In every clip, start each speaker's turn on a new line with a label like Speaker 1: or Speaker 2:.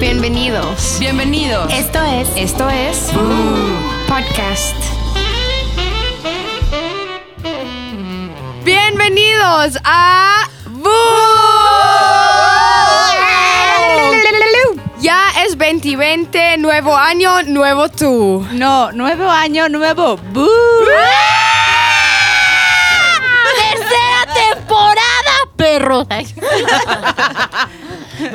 Speaker 1: Bienvenidos.
Speaker 2: Bienvenidos.
Speaker 1: Esto es, esto es Boom. Podcast. Bienvenidos a Boom. Ya es 2020, nuevo año, nuevo tú.
Speaker 2: No, nuevo año, nuevo. ¡Bú!
Speaker 3: ¡Tercera temporada, perro!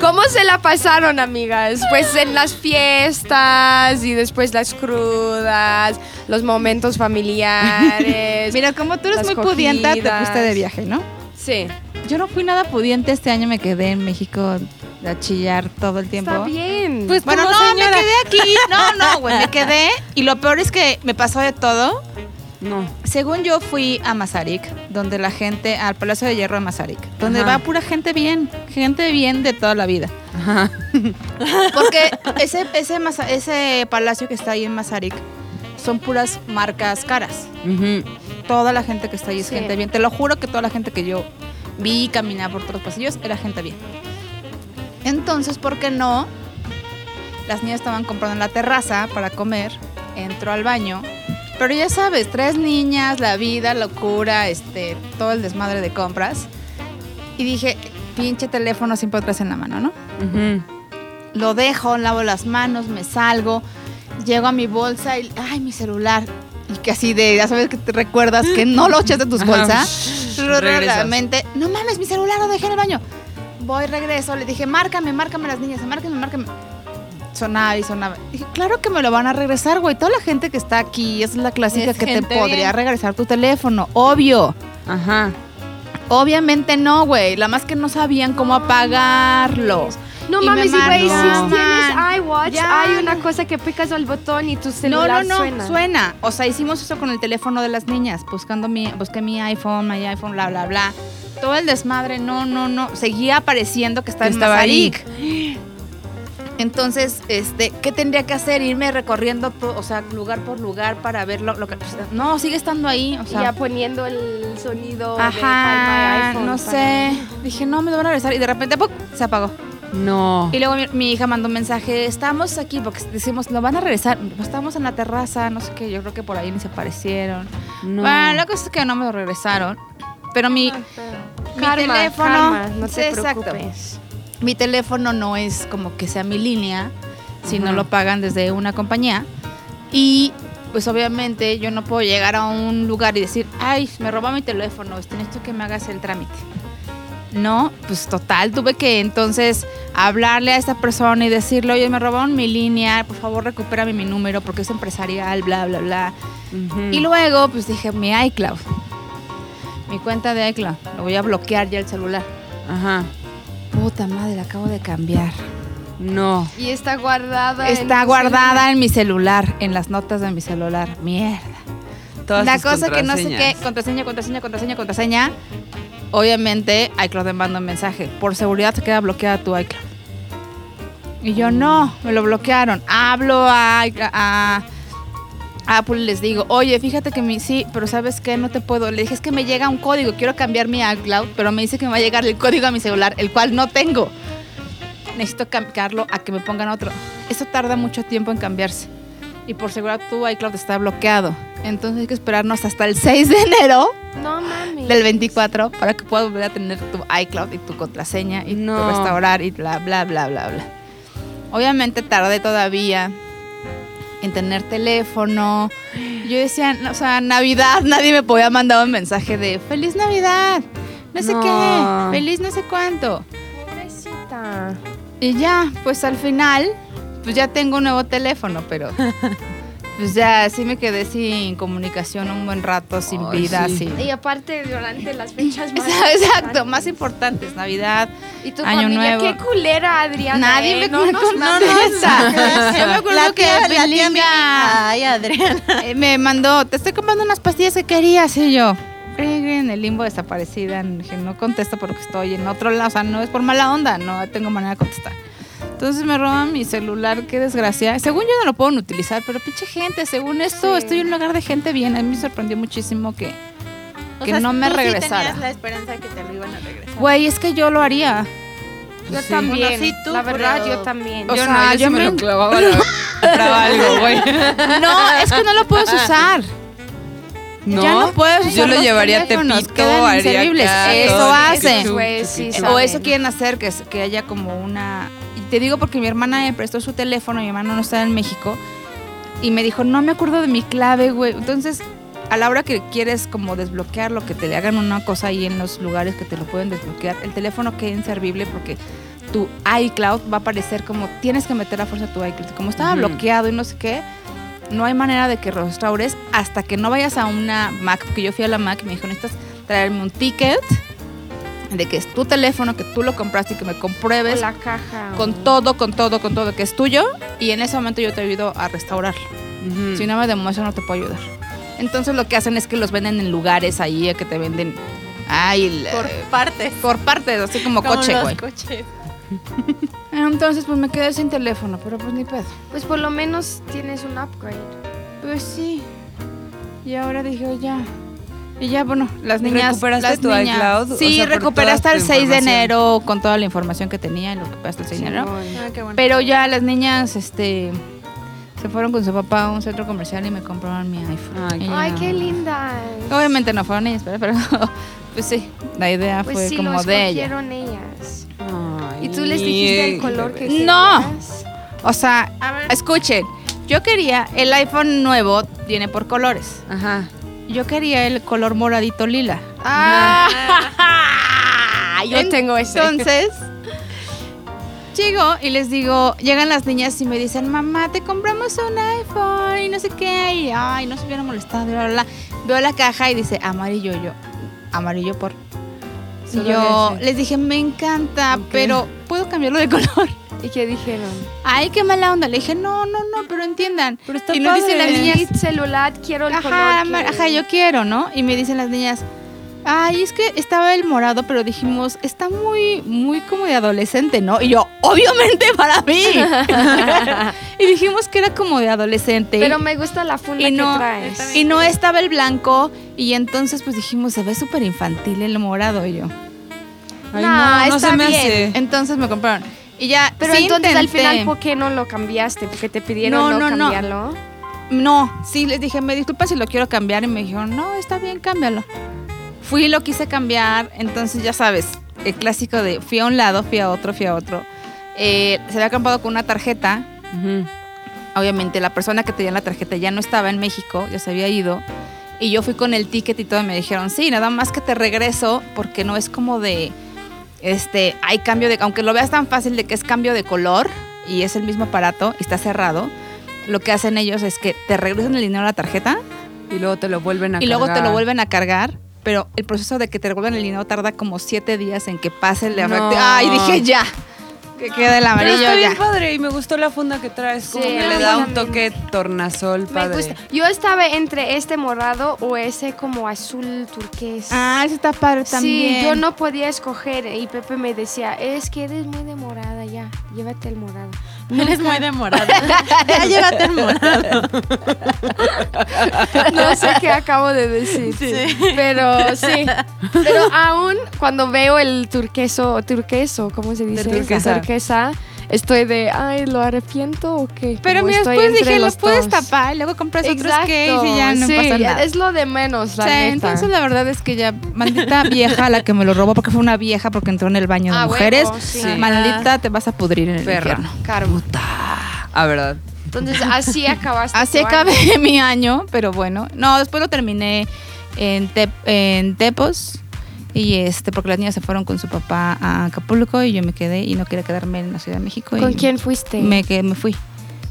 Speaker 1: ¿Cómo se la pasaron, amigas? Pues en las fiestas y después las crudas, los momentos familiares.
Speaker 2: Mira, como tú
Speaker 1: Las
Speaker 2: eres muy pudiente, te
Speaker 1: cogidas.
Speaker 2: fuiste de viaje, ¿no?
Speaker 1: sí.
Speaker 2: Yo no fui nada pudiente este año, me quedé en México a chillar todo el tiempo.
Speaker 1: Está bien.
Speaker 3: Pues
Speaker 2: Bueno,
Speaker 3: como
Speaker 2: no,
Speaker 3: señora.
Speaker 2: me quedé aquí. No, no, güey, me quedé. Y lo peor es que me pasó de todo.
Speaker 3: No.
Speaker 2: Según yo fui a Mazarik, donde la gente, al Palacio de Hierro de Mazarik, donde va
Speaker 3: Ajá.
Speaker 2: pura gente bien, gente bien de toda la vida.
Speaker 3: Ajá.
Speaker 2: Porque ese, ese, Maza- ese palacio que está ahí en Mazarik son puras marcas caras.
Speaker 3: Ujú.
Speaker 2: Toda la gente que está ahí es
Speaker 1: Sí.
Speaker 2: gente bien. Te lo juro que toda la gente que yo vi caminar por todos los pasillos era gente bien. Entonces, ¿por qué no? Las niñas estaban comprando en la terraza para comer. Entró al baño. Pero ya sabes, tres niñas, la vida, locura, este, todo el desmadre de compras. Y dije, pinche teléfono siempre atrás en la mano, ¿no?
Speaker 3: Ujú.
Speaker 2: lo dejo, lavo las manos, me salgo, llego a mi bolsa y, ay, mi celular. Y que así de, ya sabes que te recuerdas que no lo echaste
Speaker 1: Ah,
Speaker 2: de tus
Speaker 3: Ajá.
Speaker 2: bolsas.
Speaker 3: Regresas.
Speaker 2: Realmente, no mames, mi celular lo dejé en el baño. Voy, regreso, le dije, márcame, márcame a las niñas, márcame, márcame. Sonaba y sonaba. Dije, claro que me lo van a regresar, güey. Toda la gente que está aquí es la clásica
Speaker 1: Es
Speaker 2: que te
Speaker 1: gente
Speaker 2: podría
Speaker 1: bien.
Speaker 2: regresar tu teléfono, obvio.
Speaker 3: Ajá.
Speaker 2: Obviamente no, güey. La más que no sabían cómo apagarlo.
Speaker 1: No
Speaker 2: Y
Speaker 1: mames,
Speaker 2: me
Speaker 1: y güey, si
Speaker 2: mandan.
Speaker 1: tienes iWatch,
Speaker 2: Ya.
Speaker 1: hay una cosa que picas al botón y tu celular
Speaker 2: no, no, no,
Speaker 1: suena.
Speaker 2: suena. O sea, hicimos eso con el teléfono de las niñas, buscando mi, busqué mi iPhone, mi iPhone, bla, bla, bla. Todo el desmadre, no, no, no. Seguía apareciendo que estaba en
Speaker 3: Que estaba ahí.
Speaker 2: Mazarik. Entonces, este, ¿qué tendría que hacer? Irme recorriendo, por- o sea, lugar por lugar para verlo. Lo que, no, sigue estando ahí. O
Speaker 1: Y
Speaker 2: sea,
Speaker 1: ya poniendo el sonido de Find My
Speaker 2: ajá,
Speaker 1: iPhone
Speaker 2: no
Speaker 1: para-
Speaker 2: sé. Dije, no, me lo van a regresar. Y de repente, ¡puc! se apagó.
Speaker 3: No.
Speaker 2: Y luego mi, mi hija mandó un mensaje, estamos aquí, porque decimos, lo van a regresar, estamos en la terraza, no sé qué, yo creo que por ahí ni se aparecieron.
Speaker 3: No.
Speaker 2: Bueno, la cosa es que no me lo regresaron, pero mi, mi
Speaker 1: Karma,
Speaker 2: teléfono,
Speaker 1: karma, no te
Speaker 2: Sí, exacto.
Speaker 1: preocupes.
Speaker 2: mi teléfono no es como que sea mi línea, si no
Speaker 3: Ajá.
Speaker 2: lo pagan desde una compañía. Y pues obviamente yo no puedo llegar a un lugar y decir, ay, me robó mi teléfono, este, necesito que me hagas el trámite. No, pues total, tuve que entonces hablarle a esta persona y decirle, oye, me robaron mi línea, por favor recupérame mi número porque es empresarial, bla, bla, bla.
Speaker 3: Ujú.
Speaker 2: Y luego, pues dije, mi iCloud, mi cuenta de iCloud, lo voy a bloquear ya el celular.
Speaker 3: Ajá.
Speaker 2: Puta madre, la acabo de cambiar.
Speaker 3: No.
Speaker 1: Y está guardada. en
Speaker 2: Está
Speaker 1: tu
Speaker 2: guardada en mi celular, en las notas de mi celular. Mierda.
Speaker 3: Todas
Speaker 2: la
Speaker 3: tus
Speaker 2: cosa que no sé qué, contraseña,
Speaker 3: contraseñas.
Speaker 2: contraseña, contraseña, contraseña. Obviamente, iCloud me manda un mensaje. Por seguridad se queda bloqueada tu iCloud. Y yo no, me lo bloquearon. Hablo a, iCla- a Apple y les digo, oye, fíjate que mi, sí, pero ¿sabes qué? No te puedo. Le dije, es que me llega un código, quiero cambiar mi iCloud, pero me dice que me va a llegar el código a mi celular, el cual no tengo. Necesito cambiarlo a que me pongan otro. Esto tarda mucho tiempo en cambiarse. Y por seguridad tu iCloud está bloqueado. Entonces hay que esperarnos hasta el 6 de enero
Speaker 1: celular. No mames.
Speaker 2: del 24 para que puedas volver a tener tu iCloud y tu contraseña y
Speaker 3: No.
Speaker 2: tu restaurar y bla, bla, bla, bla, bla. Obviamente tardé todavía en tener teléfono. Yo decía, no, o sea, Navidad, nadie me podía mandar un mensaje de Feliz Navidad, no sé
Speaker 3: No.
Speaker 2: qué, feliz no sé cuánto.
Speaker 1: Pobrecita.
Speaker 2: Y ya, pues al final, pues ya tengo un nuevo teléfono, pero pues ya sí me quedé sin comunicación un buen rato, sin
Speaker 3: Ay,
Speaker 2: vida,
Speaker 3: sí.
Speaker 2: sin...
Speaker 1: Y aparte, durante las fechas más.
Speaker 2: Exacto, más importantes, Navidad.
Speaker 1: Y tu
Speaker 2: Año
Speaker 1: familia,
Speaker 2: nuevo.
Speaker 1: qué culera, Adriana.
Speaker 2: Nadie
Speaker 1: ¿eh?
Speaker 2: me
Speaker 1: no, nos
Speaker 2: contesta.
Speaker 1: mandes
Speaker 2: Yo me acuerdo que Belinda
Speaker 3: Ay, Adrián.
Speaker 2: eh, me mandó, te estoy comprando unas pastillas que querías y yo. "Frigue, En el limbo desaparecida, dije, no contesto porque estoy en otro lado, o sea, no es por mala onda, no tengo manera de contestar. Entonces me roban mi celular, qué desgracia. Según yo no lo pueden utilizar, pero pinche gente, según esto,
Speaker 1: Sí.
Speaker 2: estoy en un lugar de gente bien. A mí me sorprendió muchísimo que, que no me regresara.
Speaker 4: la esperanza de que te lo iban a regresar.
Speaker 2: Güey, es que yo lo haría.
Speaker 1: Yo
Speaker 3: Sí.
Speaker 1: también.
Speaker 4: Bueno, sí, tú,
Speaker 1: la verdad,
Speaker 4: pero-
Speaker 1: yo también.
Speaker 2: O
Speaker 3: yo
Speaker 2: sea,
Speaker 3: no, yo,
Speaker 2: yo
Speaker 3: sí me
Speaker 2: me-
Speaker 3: lo clavaba. a la- Compraba algo, güey.
Speaker 2: No, es que no lo puedes usar.
Speaker 3: No,
Speaker 2: Ya no puedes
Speaker 3: Yo
Speaker 2: usar
Speaker 3: lo
Speaker 2: los
Speaker 3: llevaría a
Speaker 2: teléfonos,
Speaker 3: Tepito,
Speaker 2: quedan
Speaker 3: haría
Speaker 2: inservibles.
Speaker 3: acá
Speaker 2: Eso
Speaker 3: todo,
Speaker 2: hacen.
Speaker 3: chuchu,
Speaker 1: Güey, sí,
Speaker 3: chuchu.
Speaker 1: saben.
Speaker 2: O eso quieren hacer, que, es- que haya como una... Y te digo porque mi hermana me prestó su teléfono, mi hermano no estaba en México, y me dijo, no me acuerdo de mi clave, güey. Entonces, a la hora que quieres como desbloquearlo, que te le hagan una cosa ahí en los lugares que te lo pueden desbloquear, el teléfono queda inservible porque tu iCloud va a aparecer como, tienes que meter a fuerza tu iCloud. Como estaba
Speaker 3: Ujú.
Speaker 2: bloqueado y no sé qué, no hay manera de que restaures hasta que no vayas a una Mac, porque yo fui a la Mac y me dijo, necesitas traerme un ticket de que es tu teléfono, que tú lo compraste y que me
Speaker 1: O
Speaker 2: compruebes
Speaker 1: la caja.
Speaker 2: con todo, con todo, con todo que es tuyo y en ese momento yo te ayudo a restaurarlo.
Speaker 4: Mm.
Speaker 3: Ujú.
Speaker 2: Si no me demuestra no te puedo ayudar. Entonces lo que hacen es que los venden en lugares ahí eh, que te venden ay, el, eh,
Speaker 4: Por partes.
Speaker 2: por, partes, así como, coche,
Speaker 4: los
Speaker 2: güey.
Speaker 4: coches.
Speaker 2: Entonces pues me quedé sin teléfono, pero pues ni pedo.
Speaker 1: Pues por lo menos tienes un upgrade.
Speaker 2: Pues sí. Y ahora dije, ya. Y ya, bueno, las niñas.
Speaker 3: ¿Recuperaste
Speaker 2: las
Speaker 3: tu
Speaker 2: niñas-
Speaker 3: iCloud? O
Speaker 2: Sí,
Speaker 3: sea, por
Speaker 2: recuperé
Speaker 3: toda
Speaker 2: hasta
Speaker 3: tu
Speaker 2: el 6 de
Speaker 3: información.
Speaker 2: enero con toda la información que tenía y lo recuperaste el 6 de enero.
Speaker 4: Ah, qué bueno.
Speaker 2: Pero ya las niñas, este. Se fueron con su papá a un centro comercial y me compraron mi iPhone.
Speaker 3: Ay,
Speaker 2: Y
Speaker 3: qué
Speaker 2: yo-
Speaker 1: Ay, qué linda.
Speaker 2: Obviamente no fueron ellas, pero, pero pues sí, la idea
Speaker 1: Pues
Speaker 2: fue
Speaker 1: sí,
Speaker 2: como
Speaker 1: lo
Speaker 2: de ella.
Speaker 1: escogieron ellas.
Speaker 3: Ay,
Speaker 1: Y tú les dijiste el
Speaker 3: eh,
Speaker 1: color que
Speaker 2: No.
Speaker 1: querías.
Speaker 2: O sea,
Speaker 4: A ver,
Speaker 2: escuchen, yo quería, el iPhone nuevo tiene por colores.
Speaker 3: Ajá.
Speaker 2: Yo quería el color moradito lila.
Speaker 1: Ah, yo
Speaker 2: En-
Speaker 1: tengo ese.
Speaker 2: Entonces, llego y les digo, llegan las niñas y me dicen, mamá, te compramos un iPhone y no sé qué, y ay, no se hubiera molestado, bla, bla, bla. Veo la caja y dice, amarillo, y yo, amarillo por... Y
Speaker 3: Solo
Speaker 2: yo
Speaker 3: ese.
Speaker 2: les dije, me encanta,
Speaker 3: Ok.
Speaker 2: pero ¿puedo cambiarlo de color?
Speaker 1: ¿Y qué dijeron?
Speaker 2: Ay, qué mala onda. Le dije, no, no, no, pero entiendan.
Speaker 3: Pero está
Speaker 2: Y no dice
Speaker 3: padre.
Speaker 2: la niña,
Speaker 1: Mi celular, quiero el
Speaker 2: Ajá,
Speaker 1: color.
Speaker 2: amar-
Speaker 1: que-
Speaker 2: ajá, yo quiero, ¿no? Y me dicen las niñas, ay, es que estaba el morado, pero dijimos, está muy, muy como de adolescente, ¿no? Y yo, obviamente para mí. y dijimos que era como de adolescente.
Speaker 1: Pero me gusta la funda
Speaker 2: y no,
Speaker 1: que traes.
Speaker 2: y no estaba el blanco. Y entonces pues dijimos, se ve súper infantil el morado y yo.
Speaker 3: Ay,
Speaker 1: Nah,
Speaker 3: no, no
Speaker 1: está
Speaker 3: se me
Speaker 1: bien.
Speaker 3: hace.
Speaker 2: Entonces me compraron. Y ya,
Speaker 1: Pero
Speaker 2: sí
Speaker 1: entonces al
Speaker 2: intenté.
Speaker 1: final, ¿por qué no lo cambiaste? ¿Porque te pidieron
Speaker 2: No,
Speaker 1: no,
Speaker 2: no, no.
Speaker 1: cambiarlo?
Speaker 2: No, sí, les dije, me disculpa si lo quiero cambiar. Y me dijeron, no, está bien, cámbialo. Fui y lo quise cambiar. Entonces, ya sabes, el clásico de fui a un lado, fui a otro, fui a otro. Eh, se había comprado con una tarjeta.
Speaker 3: Ujú.
Speaker 2: Obviamente, la persona que tenía la tarjeta ya no estaba en México, ya se había ido. Y yo fui con el ticket y todo. Y me dijeron, sí, nada más que te regreso porque no es como de. Este, hay cambio de. Aunque lo veas tan fácil de que es cambio de color y es el mismo aparato y está cerrado. Lo que hacen ellos es que te regresan el dinero a la tarjeta
Speaker 3: Y luego te lo vuelven a
Speaker 2: y luego te lo
Speaker 3: cargar.
Speaker 2: vuelven a cargar. Pero el proceso de que te devuelvan el dinero tarda como siete días en que pase la
Speaker 3: No.
Speaker 2: reacti- Ay, dije ya. Que quede el
Speaker 3: Pero
Speaker 2: amarillo
Speaker 3: está bien
Speaker 2: ya.
Speaker 3: padre y me gustó la funda que traes. Como
Speaker 1: Sí,
Speaker 3: que
Speaker 1: a
Speaker 3: le
Speaker 1: mí
Speaker 3: da un
Speaker 1: también.
Speaker 3: toque tornasol
Speaker 1: Me
Speaker 3: padre.
Speaker 1: gusta. Yo estaba entre este morado o ese como azul turquesa.
Speaker 2: Ah, eso está padre también.
Speaker 1: Sí, yo no podía escoger eh, y Pepe me decía, es que eres muy demorada ya, llévate el morado.
Speaker 4: eres muy demorada.
Speaker 2: ya llévate el morado.
Speaker 1: No sé qué acabo de decir, pero sí. Pero aún cuando veo el turqueso, o turqueso, ¿cómo se dice?
Speaker 3: Turquesa.
Speaker 1: Turquesa, estoy de, ay, ¿lo arrepiento o qué?
Speaker 2: Pero
Speaker 1: Como
Speaker 2: mira,
Speaker 1: estoy
Speaker 2: después
Speaker 1: entre
Speaker 2: dije, los
Speaker 1: los
Speaker 2: puedes
Speaker 1: dos.
Speaker 2: tapar. Y luego compras otros
Speaker 1: Exacto,
Speaker 2: case y ya no
Speaker 1: sí,
Speaker 2: pasa
Speaker 1: ya
Speaker 2: nada.
Speaker 1: Es lo de menos, la
Speaker 2: O sea,
Speaker 1: neta.
Speaker 2: entonces la verdad es que ya, maldita vieja la que me lo robó porque fue una vieja porque entró en el baño de
Speaker 1: Ah,
Speaker 2: mujeres.
Speaker 1: huevo, sí.
Speaker 2: Maldita, te vas a pudrir en el
Speaker 3: Perra.
Speaker 2: infierno.
Speaker 1: Karma.
Speaker 3: Ah, verdad.
Speaker 1: Entonces, así acabaste.
Speaker 2: Así
Speaker 1: tu año.
Speaker 2: acabé mi año, pero bueno. No, después lo terminé en, Tep- en Tepos. Y este, porque las niñas se fueron con su papá a Acapulco y yo me quedé y no quería quedarme en la Ciudad de México. y
Speaker 1: ¿Con quién fuiste?
Speaker 2: Me, quedé- me fui.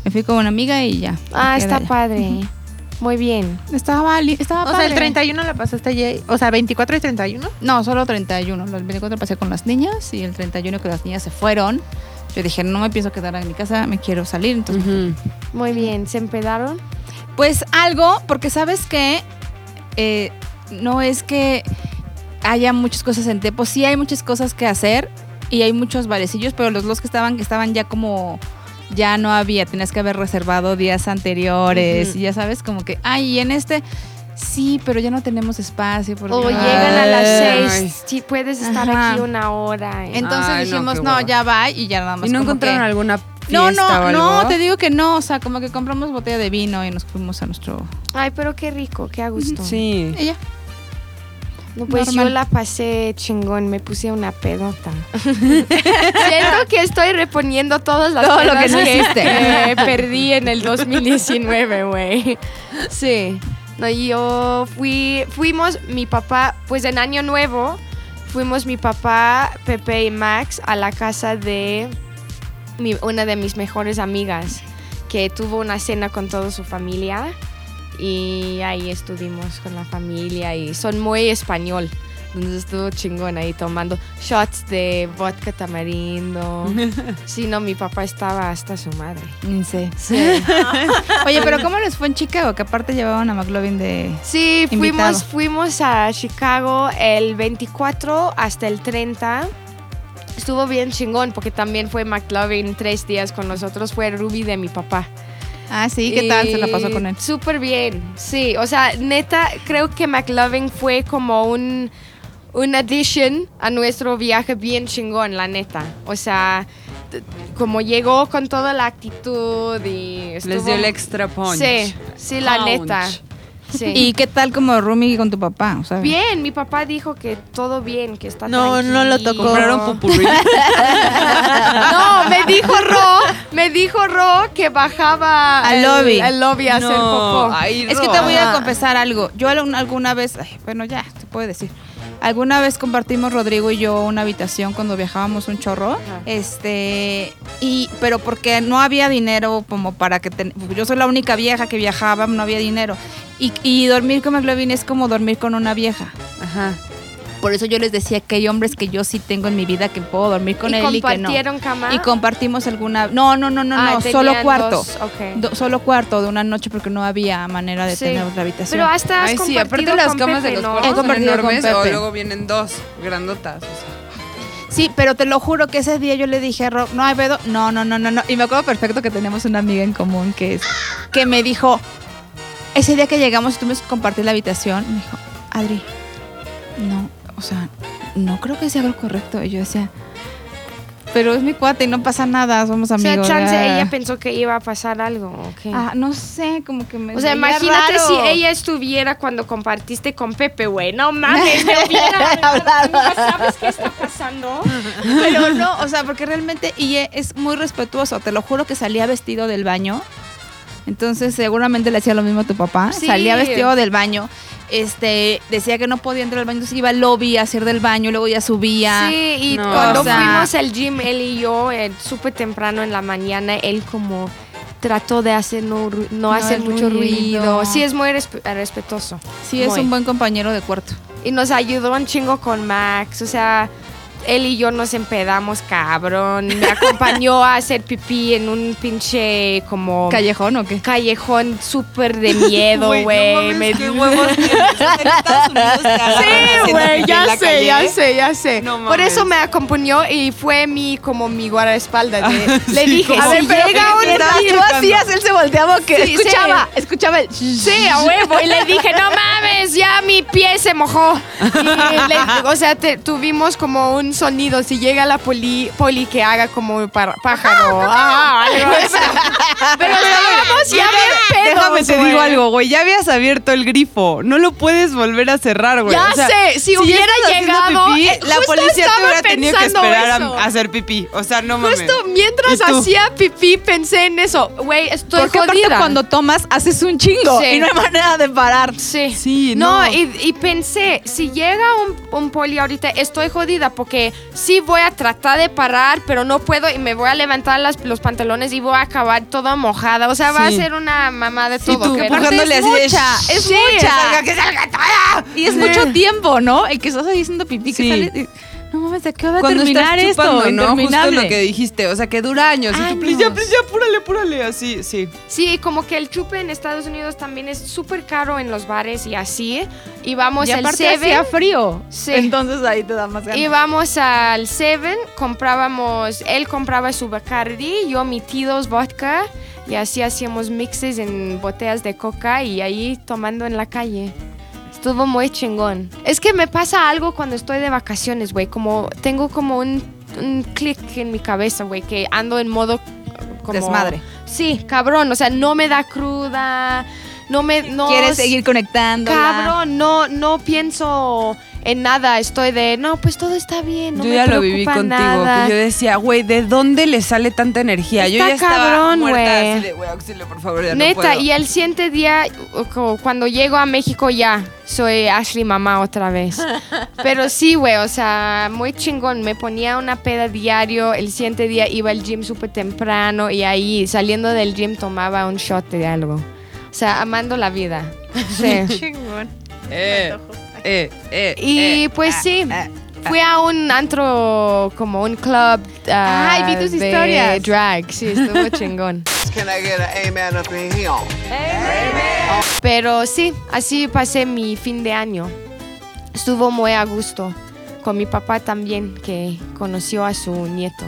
Speaker 2: Me fui con una amiga y ya. me
Speaker 1: ah,
Speaker 2: quedé
Speaker 1: está
Speaker 2: allá.
Speaker 1: padre. Muy bien.
Speaker 2: Estaba, li- estaba
Speaker 4: O sea, el
Speaker 2: padre.
Speaker 4: 31 la pasaste allí. O sea, 24 y 31.
Speaker 2: No, solo 31. Los 24 pasé con las niñas y el 31 que las niñas se fueron. Yo dije, no me pienso quedar en mi casa, me quiero salir. Entonces,
Speaker 3: Ujú.
Speaker 1: Muy bien. ¿Se empedaron?
Speaker 2: Pues algo, porque sabes que eh, no es que haya muchas cosas en Tepo, sí hay muchas cosas que hacer y hay muchos barecillos, pero los dos que estaban, que estaban ya como ya no había, tenías que haber reservado días anteriores
Speaker 3: Ujú.
Speaker 2: y ya sabes como que, ay, y en este Sí, pero ya no tenemos espacio. por
Speaker 1: O
Speaker 2: Dios".
Speaker 1: llegan a las
Speaker 3: Ay.
Speaker 1: seis. Sí, puedes estar
Speaker 2: Ajá.
Speaker 1: aquí una hora. eh.
Speaker 2: Entonces
Speaker 3: Ay, no,
Speaker 2: dijimos,
Speaker 3: qué
Speaker 2: no,
Speaker 3: hueva".
Speaker 2: ya va y ya nada más.
Speaker 3: ¿Y no
Speaker 2: como
Speaker 3: encontraron
Speaker 2: que-
Speaker 3: alguna
Speaker 2: No,
Speaker 3: fiesta o
Speaker 2: no,
Speaker 3: algo?
Speaker 2: no, te digo que no. O sea, como que compramos botella de vino y nos fuimos a nuestro.
Speaker 1: Ay, pero qué rico, qué a gusto.
Speaker 3: Sí.
Speaker 2: Ella.
Speaker 1: No, pues yo
Speaker 2: normal.
Speaker 1: la pasé chingón, me puse una pedota. Siento que estoy reponiendo todas las
Speaker 2: Todo lo que
Speaker 1: pedas
Speaker 2: no hiciste.
Speaker 1: que eh, perdí en el 2019, güey. Sí. No, yo fui, fuimos mi papá, pues en Año Nuevo, fuimos mi papá, Pepe y Max a la casa de mi- una de mis mejores amigas, que tuvo una cena con toda su familia y ahí estuvimos con la familia y son muy español. Entonces estuvo chingón ahí tomando shots de vodka tamarindo. si no, mi papá estaba hasta su madre.
Speaker 2: Oye, pero ¿cómo les fue en Chicago? Que aparte llevaban a McLovin de.
Speaker 1: Sí,
Speaker 2: Invitado.
Speaker 1: fuimos, fuimos a Chicago el 24 hasta el 30. Estuvo bien chingón porque también fue McLovin tres días con nosotros. Fue Ruby de mi papá.
Speaker 2: Ah, sí, ¿qué tal se la pasó
Speaker 1: Y
Speaker 2: con él?
Speaker 1: Súper bien, sí. O sea, neta, creo que McLovin fue como un, un addition a nuestro viaje bien chingón, la neta. O sea, t- como llegó con toda la actitud y estuvo...
Speaker 3: Les dio el extra punch.
Speaker 1: Sí, sí, la
Speaker 3: Punch.
Speaker 1: neta. Sí.
Speaker 2: ¿Y qué tal como Rumi con tu papá? O sea,
Speaker 1: Bien, mi papá dijo que todo bien, que está
Speaker 4: No, no lo tocó.
Speaker 3: Compraron
Speaker 1: tranquilo.
Speaker 3: pupurrí.
Speaker 1: No, me dijo Ro, me dijo Ro que bajaba
Speaker 2: Al
Speaker 1: el-
Speaker 2: lobby.
Speaker 1: al lobby a hacer popó.
Speaker 2: Es que te voy a confesar algo. Yo algún- alguna vez, ay, bueno, ya, te puedo decir. Alguna vez compartimos Rodrigo y yo una habitación cuando viajábamos un chorro, este, y pero porque no había dinero como para que ten- yo soy la única vieja que viajaba, no había dinero. Y, y dormir con McLovin es como dormir con una vieja.
Speaker 3: Ajá.
Speaker 2: Por eso yo les decía que hay hombres que yo sí tengo en mi vida que puedo dormir con
Speaker 1: y
Speaker 2: él y que no.
Speaker 1: compartieron cama.
Speaker 2: Y compartimos alguna, no, no, no, no,
Speaker 1: Ah,
Speaker 2: no, solo
Speaker 1: tenían
Speaker 2: cuarto.
Speaker 1: dos, ok.
Speaker 2: Do- solo cuarto de una noche porque no había manera de
Speaker 1: Sí.
Speaker 2: tener otra habitación.
Speaker 1: Pero hasta has
Speaker 3: Ay, sí,
Speaker 1: compartido
Speaker 3: aparte las
Speaker 1: con
Speaker 3: camas
Speaker 1: Pepe,
Speaker 3: de los
Speaker 1: ¿no?
Speaker 3: cuartos
Speaker 2: He
Speaker 3: son
Speaker 2: compartido con
Speaker 3: enormes o
Speaker 2: Pepe.
Speaker 3: luego vienen dos grandotas. o sea.
Speaker 2: sí, pero te lo juro que ese día yo le dije a Rob, no hay pedo, no, no, no, no, no. Y me acuerdo perfecto que tenemos una amiga en común que es, que me dijo, ese día que llegamos y tuvimos que compartir la habitación, me dijo, Adri, no, o sea, no creo que sea lo correcto. Y yo decía, pero es mi cuate y no pasa nada, somos
Speaker 1: O sea,
Speaker 2: amigos.
Speaker 1: chance
Speaker 2: ah".
Speaker 1: ella pensó que iba a pasar algo. ¿o qué?
Speaker 2: Ah, no sé, como que me
Speaker 1: o sea,
Speaker 2: veía
Speaker 1: imagínate
Speaker 2: raro.
Speaker 1: si ella estuviera cuando compartiste con Pepe, güey. No mames, me hubiera
Speaker 2: Hablaba.
Speaker 1: No sabes qué está pasando.
Speaker 2: Pero no, o sea, porque realmente y e- es muy respetuoso. Te lo juro que salía vestido del baño. Entonces, seguramente le hacía lo mismo a tu papá.
Speaker 1: Sí.
Speaker 2: Salía vestido del baño. Este, decía que no podía entrar al baño, entonces iba al lobby a hacer del baño, luego ya subía.
Speaker 1: Sí, y
Speaker 3: No,
Speaker 1: cuando
Speaker 2: o sea-
Speaker 1: fuimos al gym, él y yo, eh, súper temprano en la mañana, él como trató de hacer no, ru- no
Speaker 2: No,
Speaker 1: hacer
Speaker 2: el
Speaker 1: mucho ruido.
Speaker 2: ruido.
Speaker 1: Sí, es muy resp- respetuoso.
Speaker 2: Sí, es
Speaker 1: Muy.
Speaker 2: un buen compañero de cuarto.
Speaker 1: Y nos ayudó un chingo con Max. O sea, él y yo nos empedamos, cabrón. Me acompañó a hacer pipí en un pinche como
Speaker 2: ¿Callejón o qué?
Speaker 1: callejón súper de miedo,
Speaker 3: Güey, no
Speaker 1: güey.
Speaker 3: mames,
Speaker 1: Me-
Speaker 3: qué huevos tienes. En Estados Unidos te agarran
Speaker 1: Sí,
Speaker 3: haciendo
Speaker 1: güey,
Speaker 3: pipí
Speaker 1: ya
Speaker 3: en la
Speaker 1: sé,
Speaker 3: calle.
Speaker 1: ya sé, ya sé.
Speaker 3: No
Speaker 1: Por
Speaker 3: mames.
Speaker 1: eso me acompañó y fue mi como mi guardaespaldas. de- le
Speaker 3: sí,
Speaker 1: dije,
Speaker 3: como-
Speaker 1: a ver,
Speaker 3: Sí, yo
Speaker 1: llega
Speaker 3: creo que
Speaker 1: un
Speaker 3: estaba
Speaker 1: tío
Speaker 3: checando.
Speaker 2: él se volteaba que
Speaker 1: Sí,
Speaker 2: escuchaba, escuchaba el
Speaker 1: Sí, a huevo. Y le dije, no mames, ya mi pie se mojó. Y le- o sea, te- tuvimos como un sonido. Si llega la poli, poli que haga como par- pájaro. Ah, algo así. Pero estábamos ya bien pedos,
Speaker 3: Déjame te
Speaker 1: güey.
Speaker 3: digo algo, güey. Ya habías abierto el grifo. No lo puedes volver a cerrar, güey.
Speaker 1: Ya
Speaker 3: O sea,
Speaker 1: sé, si hubiera
Speaker 3: estás haciendo
Speaker 1: llegado,
Speaker 3: pipí,
Speaker 1: eh,
Speaker 3: la
Speaker 1: justo
Speaker 3: policía te
Speaker 1: estaba
Speaker 3: hubiera tenido que
Speaker 1: pensando
Speaker 3: esperar
Speaker 1: eso.
Speaker 3: a, a hacer pipí. O sea, no mames.
Speaker 1: Justo mientras
Speaker 3: ¿Y tú?
Speaker 1: hacía pipí pensé en eso. Güey, estoy
Speaker 2: Porque aparte
Speaker 1: jodida.
Speaker 2: cuando tomas haces un chingo
Speaker 1: Sí.
Speaker 2: y no hay manera de parar.
Speaker 1: Sí.
Speaker 3: Sí,
Speaker 1: No,
Speaker 3: no.
Speaker 1: y, y pensé, si llega un, un poli ahorita, estoy jodida porque sí voy a tratar de parar, pero no puedo y me voy a levantar las- los pantalones y voy a acabar toda mojada. O sea, va a
Speaker 3: Sí.
Speaker 1: ser una mamá de
Speaker 3: Y
Speaker 1: todo.
Speaker 3: tú
Speaker 1: pero-
Speaker 3: empujándole
Speaker 2: es
Speaker 3: así de,
Speaker 2: mucha, es
Speaker 3: "Shh,
Speaker 2: mucha".
Speaker 3: que salga, que salga toda.
Speaker 2: Y es mucho tiempo, ¿no? El que estás ahí haciendo pipí, que
Speaker 3: Sí.
Speaker 2: sale. y- No mames, ¿a qué va a
Speaker 3: Cuando
Speaker 2: terminar
Speaker 3: estás
Speaker 2: esto?
Speaker 3: chupando, ¿no? Justo
Speaker 2: Interminable.
Speaker 3: lo que dijiste. O sea, que dura años. Y tú, please, ya,
Speaker 1: Años.
Speaker 3: please, ya, apúrale, apúrale. Así, sí.
Speaker 1: Sí, como que el chupe en Estados Unidos también es súper caro en los bares y así. Y vamos
Speaker 2: y
Speaker 1: al
Speaker 2: aparte
Speaker 1: Seven.
Speaker 2: hacía frío.
Speaker 1: Sí.
Speaker 2: Entonces ahí te da más ganas.
Speaker 1: Íbamos al Seven, comprábamos, él compraba su Bacardi, yo mi Tidos vodka Y así hacíamos mixes en botellas de coca y ahí tomando en la calle. Estuvo muy chingón. Es que me pasa algo cuando estoy de vacaciones, güey. Como tengo como un, un clic en mi cabeza, güey, que ando en modo como...
Speaker 2: Desmadre.
Speaker 1: Sí, cabrón. O sea, no me da cruda. No me... No,
Speaker 2: ¿Quieres seguir conectando?
Speaker 1: Cabrón, no, no pienso en nada. Estoy de, no, pues todo está bien. No
Speaker 3: yo
Speaker 1: me
Speaker 3: ya lo viví
Speaker 1: preocupa
Speaker 3: contigo,
Speaker 1: nada".
Speaker 3: que yo decía, güey, ¿de dónde le sale tanta energía? yo
Speaker 1: Está
Speaker 3: ya estaba
Speaker 1: cabrón,
Speaker 3: muerta
Speaker 1: güey.
Speaker 3: así de, güey, auxilio, por favor, ya no
Speaker 1: Neta,
Speaker 3: puedo.
Speaker 1: y el siguiente día, o- o cuando llego a México ya, soy Ashley mamá otra vez. Pero sí, güey, o sea, muy chingón. Me ponía una peda diario, el siguiente día iba al gym súper temprano y ahí, saliendo del gym, tomaba un shot de algo. O sea, amando la vida. Sí.
Speaker 4: Chingón.
Speaker 3: Eh, eh, eh,
Speaker 1: Y
Speaker 3: eh.
Speaker 1: pues
Speaker 3: Ah,
Speaker 1: sí,
Speaker 3: ah,
Speaker 1: fui a un antro, como un club ah,
Speaker 2: Ay, vi tus
Speaker 1: de
Speaker 2: historias.
Speaker 1: drag, sí, estuvo chingón.
Speaker 5: Can I get an amen up in here?
Speaker 1: Pero sí, así pasé mi fin de año. Estuvo muy a gusto. Con mi papá también, que conoció a su nieto.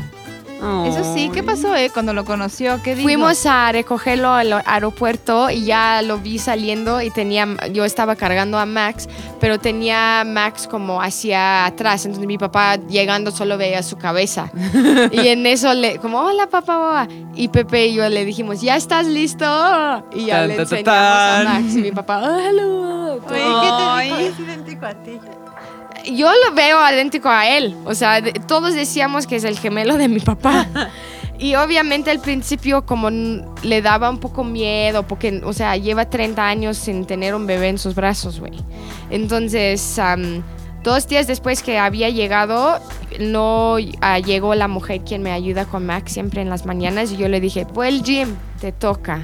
Speaker 2: Eso sí, ¿qué pasó, eh? Cuando lo conoció, ¿qué dijo?
Speaker 1: Fuimos a recogerlo al aeropuerto y ya lo vi saliendo y tenía, yo estaba cargando a Max, pero tenía a Max como hacia atrás, entonces mi papá llegando solo veía su cabeza. y en eso le, como, hola papá, boba". Y Pepe y yo le dijimos, ¿ya estás listo? Y ya
Speaker 3: Tan,
Speaker 1: le
Speaker 3: tan, tan,
Speaker 1: enseñamos a
Speaker 3: tan.
Speaker 1: Max y mi papá, "Oh, hello.
Speaker 4: Oye, ¿qué te dijo? Es idéntico a ti.
Speaker 1: yo lo veo idéntico a él. O sea, de- todos decíamos que es el gemelo de mi papá. Y obviamente al principio como n- le daba un poco miedo, porque, o sea, lleva 30 años sin tener un bebé en sus brazos, güey. Entonces, am, dos días después que había llegado, no ah, llegó la mujer quien me ayuda con Max siempre en las mañanas y yo le dije, pues el gym, te toca.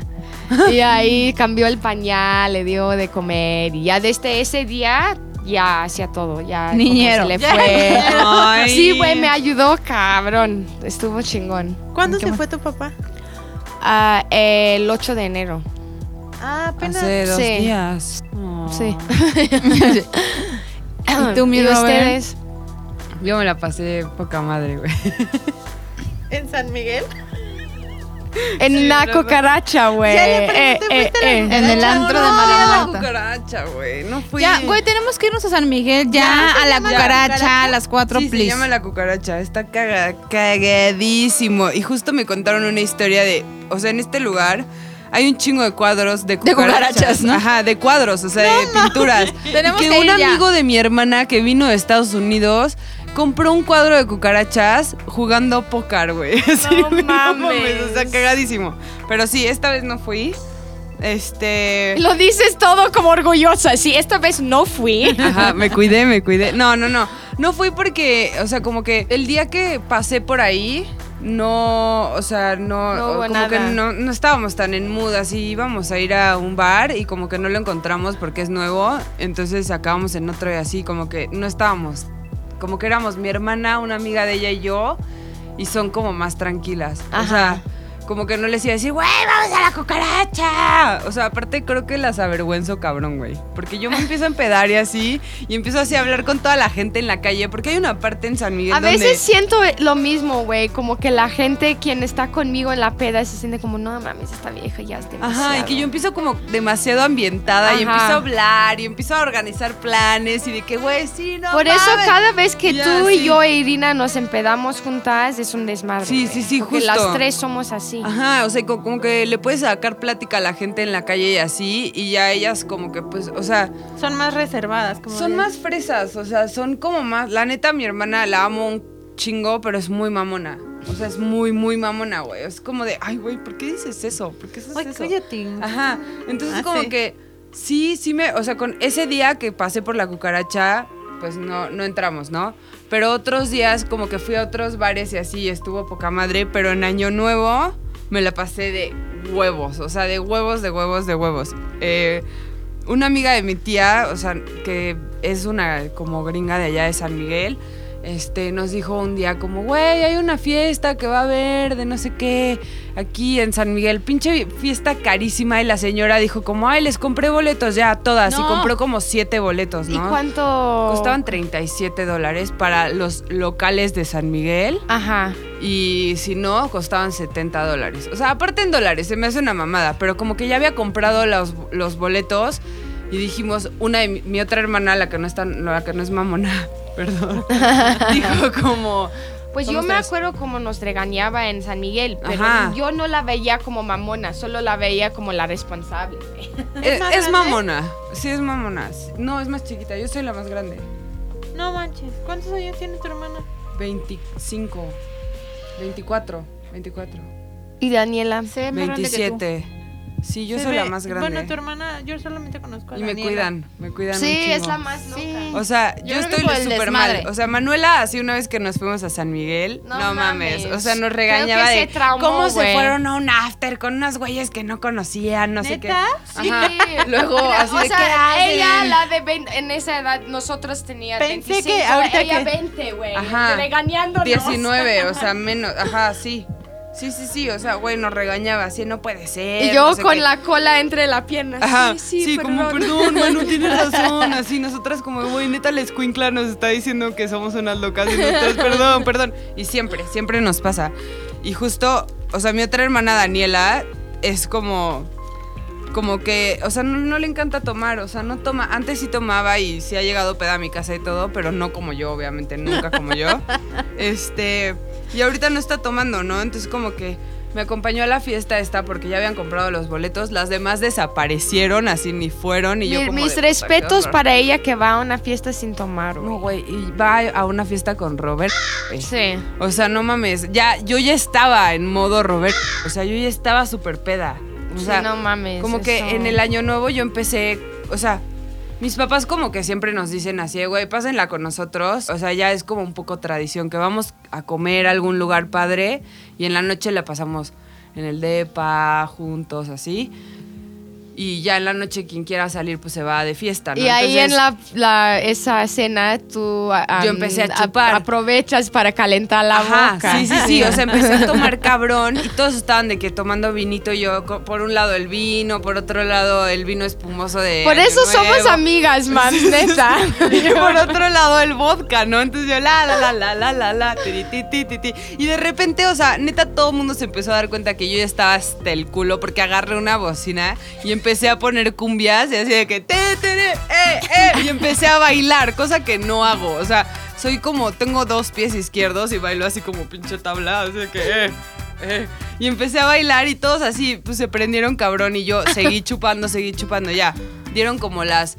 Speaker 1: Y ahí cambió el pañal, le dio de comer y ya desde ese día ya hacía todo, ya como que
Speaker 2: Niñero.
Speaker 1: se le fue.
Speaker 3: Ay.
Speaker 1: Sí, güey, me ayudó, cabrón. Estuvo chingón.
Speaker 4: ¿Cuándo
Speaker 1: ¿Qué
Speaker 4: se
Speaker 1: más?
Speaker 4: fue tu papá?
Speaker 1: Ah, el 8 de enero.
Speaker 4: Ah, apenas.
Speaker 3: Hace dos
Speaker 1: Sí.
Speaker 3: días. Oh.
Speaker 1: Sí.
Speaker 2: ¿Y tú, mi Robert?
Speaker 1: ustedes?
Speaker 3: Yo me la pasé poca madre, güey.
Speaker 4: ¿En San Miguel?
Speaker 1: En una cucaracha, güey. Eh,
Speaker 4: Ya le pregunté, ¿fuiste a la
Speaker 2: En el antro de Malamata.
Speaker 3: cucaracha, güey. No fui.
Speaker 2: Ya, güey, tenemos que irnos a San Miguel ya,
Speaker 3: Ya, se
Speaker 2: a la
Speaker 3: llama la
Speaker 2: cucaracha,
Speaker 3: cucaracha.
Speaker 2: a las cuatro,
Speaker 3: Sí, se
Speaker 2: please.
Speaker 3: llama la cucaracha, está caga- cagadísimo. Y justo me contaron una historia de, o sea, en este lugar hay un chingo de cuadros de cucarachas.
Speaker 2: cucarachas, ¿no?
Speaker 3: Ajá, de cuadros, o sea, de pinturas.
Speaker 2: Tenemos
Speaker 3: que,
Speaker 2: que
Speaker 3: un
Speaker 2: ir ya.
Speaker 3: amigo de mi hermana que vino de Estados Unidos compró un cuadro de cucarachas jugando póker, güey. Así, güey,
Speaker 1: mames.
Speaker 3: o sea, cagadísimo. Pero sí, esta vez no fui. Este...
Speaker 1: Lo dices todo como orgullosa. Sí, esta vez no fui.
Speaker 3: Ajá, me cuidé, me cuidé. No, no, no. No fui porque, o sea, como que el día que pasé por ahí, no, o sea, no,
Speaker 1: No hubo
Speaker 3: como
Speaker 1: nada.
Speaker 3: que no, no estábamos tan en mood, así íbamos a ir a un bar y como que no lo encontramos porque es nuevo, entonces acabamos en otro y así, como que no estábamos, como que éramos mi hermana, una amiga de ella y yo, y son como más tranquilas. O sea, como que no les iba a decir, güey, vamos a la cucaracha. O sea, aparte creo que las avergüenzo, cabrón, güey. Porque yo me empiezo a empedar y así, y empiezo así a hablar con toda la gente en la calle, porque hay una parte en San Miguel
Speaker 1: A
Speaker 3: donde...
Speaker 1: veces siento lo mismo, güey. Como que la gente quien está conmigo en la peda se siente como, no mames, esta vieja ya es demasiado.
Speaker 3: Ajá, y que yo empiezo como demasiado ambientada y
Speaker 1: Ajá.
Speaker 3: empiezo a hablar y empiezo a organizar planes y de que, güey, sí, no.
Speaker 1: Por eso
Speaker 3: mames.
Speaker 1: cada vez que
Speaker 3: Ya,
Speaker 1: tú
Speaker 3: sí.
Speaker 1: y yo e Irina nos empedamos juntas es un desmadre.
Speaker 3: Sí,
Speaker 1: güey,
Speaker 3: sí, sí,
Speaker 1: porque
Speaker 3: justo.
Speaker 1: las tres somos así.
Speaker 3: Ajá, o sea, co- como que le puedes sacar plática a la gente en la calle y así, y ya ellas como que, pues, o sea,
Speaker 4: Son más reservadas. Como
Speaker 3: Son
Speaker 4: de-
Speaker 3: más fresas, o sea, son como más. La neta, mi hermana la amo un chingo, pero es muy mamona. O sea, es muy, muy mamona, güey. Es como de, ay, güey, ¿por qué dices eso? ¿Por qué haces
Speaker 4: Ay,
Speaker 3: eso?
Speaker 4: cállate.
Speaker 3: Ajá. Entonces,
Speaker 4: Ah,
Speaker 3: como
Speaker 4: sí.
Speaker 3: que sí, sí me. O sea, con ese día que pasé por la cucaracha, pues no, no entramos, ¿no? Pero otros días, como que fui a otros bares y así, y estuvo poca madre, pero en Año Nuevo me la pasé de huevos. O sea, de huevos, de huevos, de huevos. Eh, una amiga de mi tía, o sea, que es una como gringa de allá de San Miguel, este, nos dijo un día como, güey, hay una fiesta que va a haber de no sé qué aquí en San Miguel, pinche fiesta carísima y la señora dijo como, ay, les compré boletos ya a todas y
Speaker 2: No.
Speaker 3: compró como siete boletos,
Speaker 1: ¿Y
Speaker 3: ¿no?
Speaker 1: cuánto?
Speaker 3: Costaban 37 dólares para los locales de San Miguel.
Speaker 1: Ajá.
Speaker 3: Y si no, costaban 70 dólares. O sea, aparte en dólares, se me hace una mamada. Pero como que ya había comprado los, los boletos y dijimos, una de mi, mi otra hermana, la que no es tan- la que no es mamona, perdón, dijo como.
Speaker 1: Pues yo
Speaker 3: "Vamos
Speaker 1: me
Speaker 3: tres".
Speaker 1: acuerdo como nos regañaba en San Miguel, pero
Speaker 3: Ajá.
Speaker 1: yo no la veía como mamona, solo la veía como la responsable.
Speaker 3: Es,
Speaker 4: más
Speaker 3: "Eh, es
Speaker 4: grande?
Speaker 3: mamona. Sí, es mamona. No, es más chiquita. Yo soy la más grande.
Speaker 4: No manches. ¿Cuántos años tiene tu hermana?
Speaker 3: 25. 24. 24.
Speaker 1: ¿Y Daniela?
Speaker 2: Se ve más grande que tú.
Speaker 3: 27. Sí, yo
Speaker 4: Se
Speaker 3: soy la
Speaker 4: ve-
Speaker 3: más
Speaker 4: Bueno, tu
Speaker 3: grande.
Speaker 4: hermana, yo solamente conozco a
Speaker 3: Y me
Speaker 4: Daniela.
Speaker 3: cuidan, me cuidan un
Speaker 1: Sí,
Speaker 3: chingo.
Speaker 1: es la más loca.
Speaker 2: Sí.
Speaker 3: O sea,
Speaker 2: Yo
Speaker 3: yo,
Speaker 2: creo que
Speaker 3: estoy
Speaker 2: por el
Speaker 3: súper mal.
Speaker 2: desmadre.
Speaker 3: O sea, Manuela, así una vez que nos fuimos a San Miguel,
Speaker 1: No
Speaker 3: no, mames.
Speaker 1: mames.
Speaker 3: O sea, nos
Speaker 1: Creo
Speaker 3: regañaba
Speaker 1: que
Speaker 3: de
Speaker 1: se traumó,
Speaker 3: cómo se
Speaker 1: güey.
Speaker 3: fueron a un after con unas güeyes que no conocían, no sé qué.
Speaker 4: ¿Neta?
Speaker 1: Sí.
Speaker 3: Ajá. Luego, así
Speaker 1: o
Speaker 3: de,
Speaker 1: sea,
Speaker 3: ¿qué hacen?
Speaker 1: ella la de 20, en esa edad nosotros teníamos
Speaker 4: Pensé
Speaker 1: 25,
Speaker 4: que ahorita
Speaker 1: ella
Speaker 4: que-
Speaker 1: 20, güey,
Speaker 3: Ajá.
Speaker 1: regañándonos.
Speaker 3: 19, o sea, menos. Ajá, sí. Sí, sí, sí. O sea, güey, nos regañaba así, no puede ser.
Speaker 1: Y yo
Speaker 3: no sé
Speaker 1: con
Speaker 3: qué.
Speaker 1: la cola entre la pierna.
Speaker 3: Ajá,
Speaker 1: sí, sí,
Speaker 3: como
Speaker 1: perdón.
Speaker 3: perdón, Manu, tienes razón. Así, nosotras como, güey, neta, la escuincla nos está diciendo que somos unas locas y nosotras, perdón, perdón. Y siempre, siempre nos pasa. Y justo, o sea, mi otra hermana Daniela es como, como que, o sea, no, no le encanta tomar, o sea, no toma. Antes sí tomaba y sí ha llegado peda a mi casa y todo, pero no como yo, obviamente, nunca como yo. Este, y ahorita no está tomando, ¿no? Entonces como que me acompañó a la fiesta esta porque ya habían comprado los boletos, las demás desaparecieron, así ni fueron y yo
Speaker 1: Mi-
Speaker 3: como
Speaker 1: mis
Speaker 3: de,
Speaker 1: respetos
Speaker 3: "Puta, qué horror".
Speaker 1: para ella que va a una fiesta sin tomar, güey.
Speaker 3: No, güey, y va a una fiesta con Robert. güey.
Speaker 1: Sí.
Speaker 3: O sea, no mames, ya yo ya estaba en modo Robert, o sea, yo ya estaba súper peda. O sea,
Speaker 1: sí, no mames.
Speaker 3: como que
Speaker 1: eso.
Speaker 3: en el año nuevo yo empecé, o sea, mis papás como que siempre nos dicen así, "Eh, güey, pásenla con nosotros. O sea, ya es como un poco tradición que vamos a comer a algún lugar padre y en la noche la pasamos en el depa, juntos, así. Y ya en la noche quien quiera salir pues se va de fiesta, ¿no?
Speaker 1: Y ahí en
Speaker 3: Entonces,
Speaker 1: la, la- esa cena tú ah,
Speaker 3: Yo
Speaker 1: am,
Speaker 3: empecé a
Speaker 1: ap-
Speaker 3: chupar.
Speaker 1: aprovechas para calentar la
Speaker 3: Ajá,
Speaker 1: boca.
Speaker 3: Sí, sí, sí. O sea, empecé a tomar cabrón y todos estaban de que tomando vinito y yo, co- por un lado el vino, por otro lado el vino espumoso de.
Speaker 1: Por eso
Speaker 3: Año
Speaker 1: somos
Speaker 3: Nuevo.
Speaker 1: amigas, mam, neta.
Speaker 3: Y yo, por otro lado el vodka, ¿no? Entonces yo la, la, la, la, la, la, la, tiri, ti, ti, ti, ti. Y de repente, o sea, neta, todo el mundo se empezó a dar cuenta que yo ya estaba hasta el culo porque agarré una bocina y empecé a poner cumbias y así de que, te, te, te, eh, eh, y empecé a bailar, cosa que no hago, o sea, soy como, tengo dos pies izquierdos y bailo así como pinche tabla, así de que, eh. eh. Y empecé a bailar y todos así, pues se prendieron cabrón y yo seguí chupando, seguí chupando, ya. Dieron como las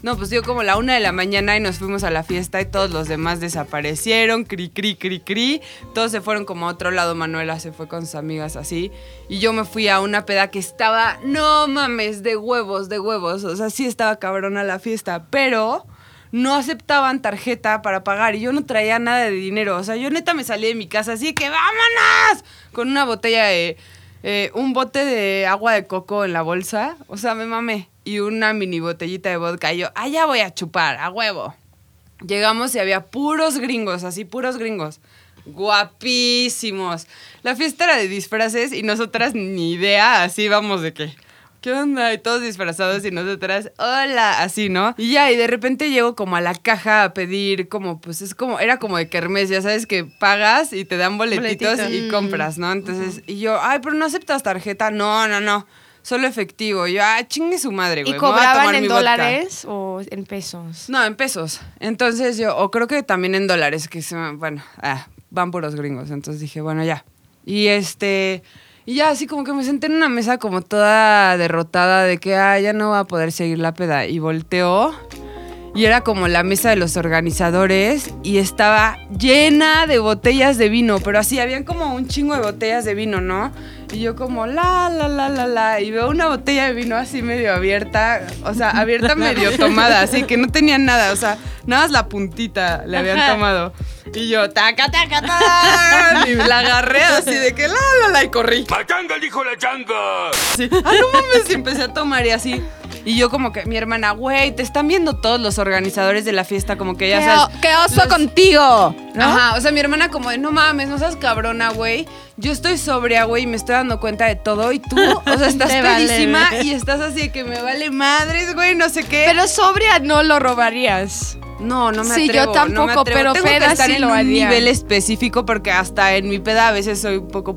Speaker 3: no, pues dio como la una de la mañana y nos fuimos a la fiesta y todos los demás desaparecieron, cri, cri, cri, cri. Todos se fueron como a otro lado, Manuela se fue con sus amigas así. Y yo me fui a una peda que estaba, no mames, de huevos, de huevos. O sea, sí estaba cabrona la fiesta, pero no aceptaban tarjeta para pagar y yo no traía nada de dinero. O sea, yo neta me salí de mi casa así que vámonos con una botella de... eh, un bote de agua de coco en la bolsa. O sea, me mamé. Y una mini botellita de vodka. Y yo, ah, ya voy a chupar, a huevo. Llegamos y había puros gringos, así puros gringos. Guapísimos. La fiesta era de disfraces y nosotras ni idea, así vamos de qué. ¿Qué onda? Y todos disfrazados y nosotras, hola, así, ¿no? Y ya, y de repente llego como a la caja a pedir, como, pues es como, era como de kermés, ya sabes que pagas y te dan boletitos
Speaker 4: Boletito.
Speaker 1: Mm.
Speaker 3: y compras, ¿no? Entonces, y yo, ay, pero no aceptas tarjeta, no, no, no, solo efectivo. Y yo, ah, chingue su madre,
Speaker 1: ¿Y
Speaker 3: güey. me voy a
Speaker 1: cobraban
Speaker 3: tomar
Speaker 1: en
Speaker 3: mi vodka". Eh.
Speaker 1: dólares o en pesos?
Speaker 3: No, en pesos. Entonces yo, o creo que también en dólares, que se me- bueno, ah, van puros gringos. Entonces dije, bueno, ya. Y este, y ya así como que me senté en una mesa como toda derrotada de que, ah, ya no va a poder seguir la peda. Y volteó y era como la mesa de los organizadores y estaba llena de botellas de vino, pero así habían como un chingo de botellas de vino, ¿no? Y yo como la la la la la y veo una botella de vino así medio abierta, o sea, abierta medio tomada, así que no tenía nada, o sea, nada más la puntita le habían tomado. Y yo taca taca taca y la agarré así de que la la la y corrí. Sí. Ah, no mames, y empecé a tomar y así. Y yo como que, mi hermana, güey, te están viendo todos los organizadores de la fiesta, como que ya
Speaker 2: Qué
Speaker 3: sabes.
Speaker 2: o- ¡Qué oso
Speaker 3: los-
Speaker 2: contigo! ¿no?
Speaker 3: Ajá, o sea, mi hermana como de, no mames, no seas cabrona, güey. Yo estoy sobria, güey, y me estoy dando cuenta de todo. Y tú, o sea, estás
Speaker 4: Te vale,
Speaker 3: pedísima
Speaker 4: güey.
Speaker 3: y estás así de que me vale madres, güey, no sé qué.
Speaker 1: Pero sobria no lo robarías.
Speaker 3: No, no me
Speaker 1: Sí, yo
Speaker 3: atrevo. no me
Speaker 1: tampoco,
Speaker 3: atrevo.
Speaker 1: pero
Speaker 3: Tengo que
Speaker 1: peda
Speaker 3: estar
Speaker 1: sí
Speaker 3: en
Speaker 1: lo
Speaker 3: un
Speaker 1: haría.
Speaker 3: nivel específico porque hasta en mi peda a veces soy un poco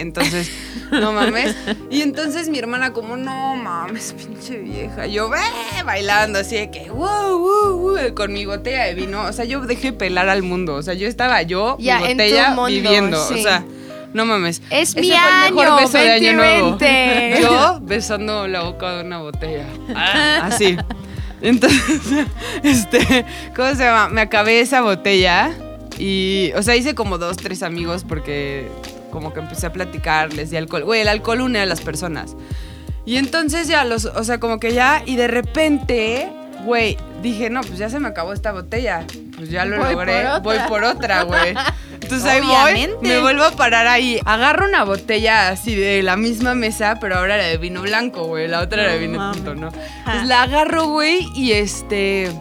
Speaker 3: entonces no mames. Y entonces mi hermana como, no mames, pinche vieja. Yo ve bailando así de que, wow, wow, wow, con mi botella de vino. O sea, yo dejé pelar al mundo. O sea, yo estaba yo,
Speaker 1: Ya, en
Speaker 3: mi
Speaker 1: tu
Speaker 3: botella,
Speaker 1: mundo,
Speaker 3: viviendo.
Speaker 1: sí.
Speaker 3: O sea, no mames.
Speaker 1: Es
Speaker 3: Ese
Speaker 1: mi
Speaker 3: fue el mejor
Speaker 1: año,
Speaker 3: beso de año nuevo.
Speaker 1: 2020.
Speaker 3: Yo besando la boca de una botella. Ah, así. Entonces, este, ¿cómo se llama? Me acabé esa botella y, o sea, hice como dos, tres amigos porque como que empecé a platicar, les di alcohol. Güey, el alcohol une a las personas. Y entonces ya los, o sea, como que ya, y de repente, güey, dije, no, pues ya se me acabó esta botella. Pues ya lo
Speaker 4: Voy
Speaker 3: logré,
Speaker 4: por otra.
Speaker 3: voy por otra, güey. Entonces ahí voy,
Speaker 2: Obviamente.
Speaker 3: me vuelvo a parar ahí. Agarro una botella así de la misma mesa, pero ahora era de vino blanco, güey. La otra era de
Speaker 4: No
Speaker 3: vino
Speaker 4: mames.
Speaker 3: tinto, ¿no? Entonces la agarro, güey, y este...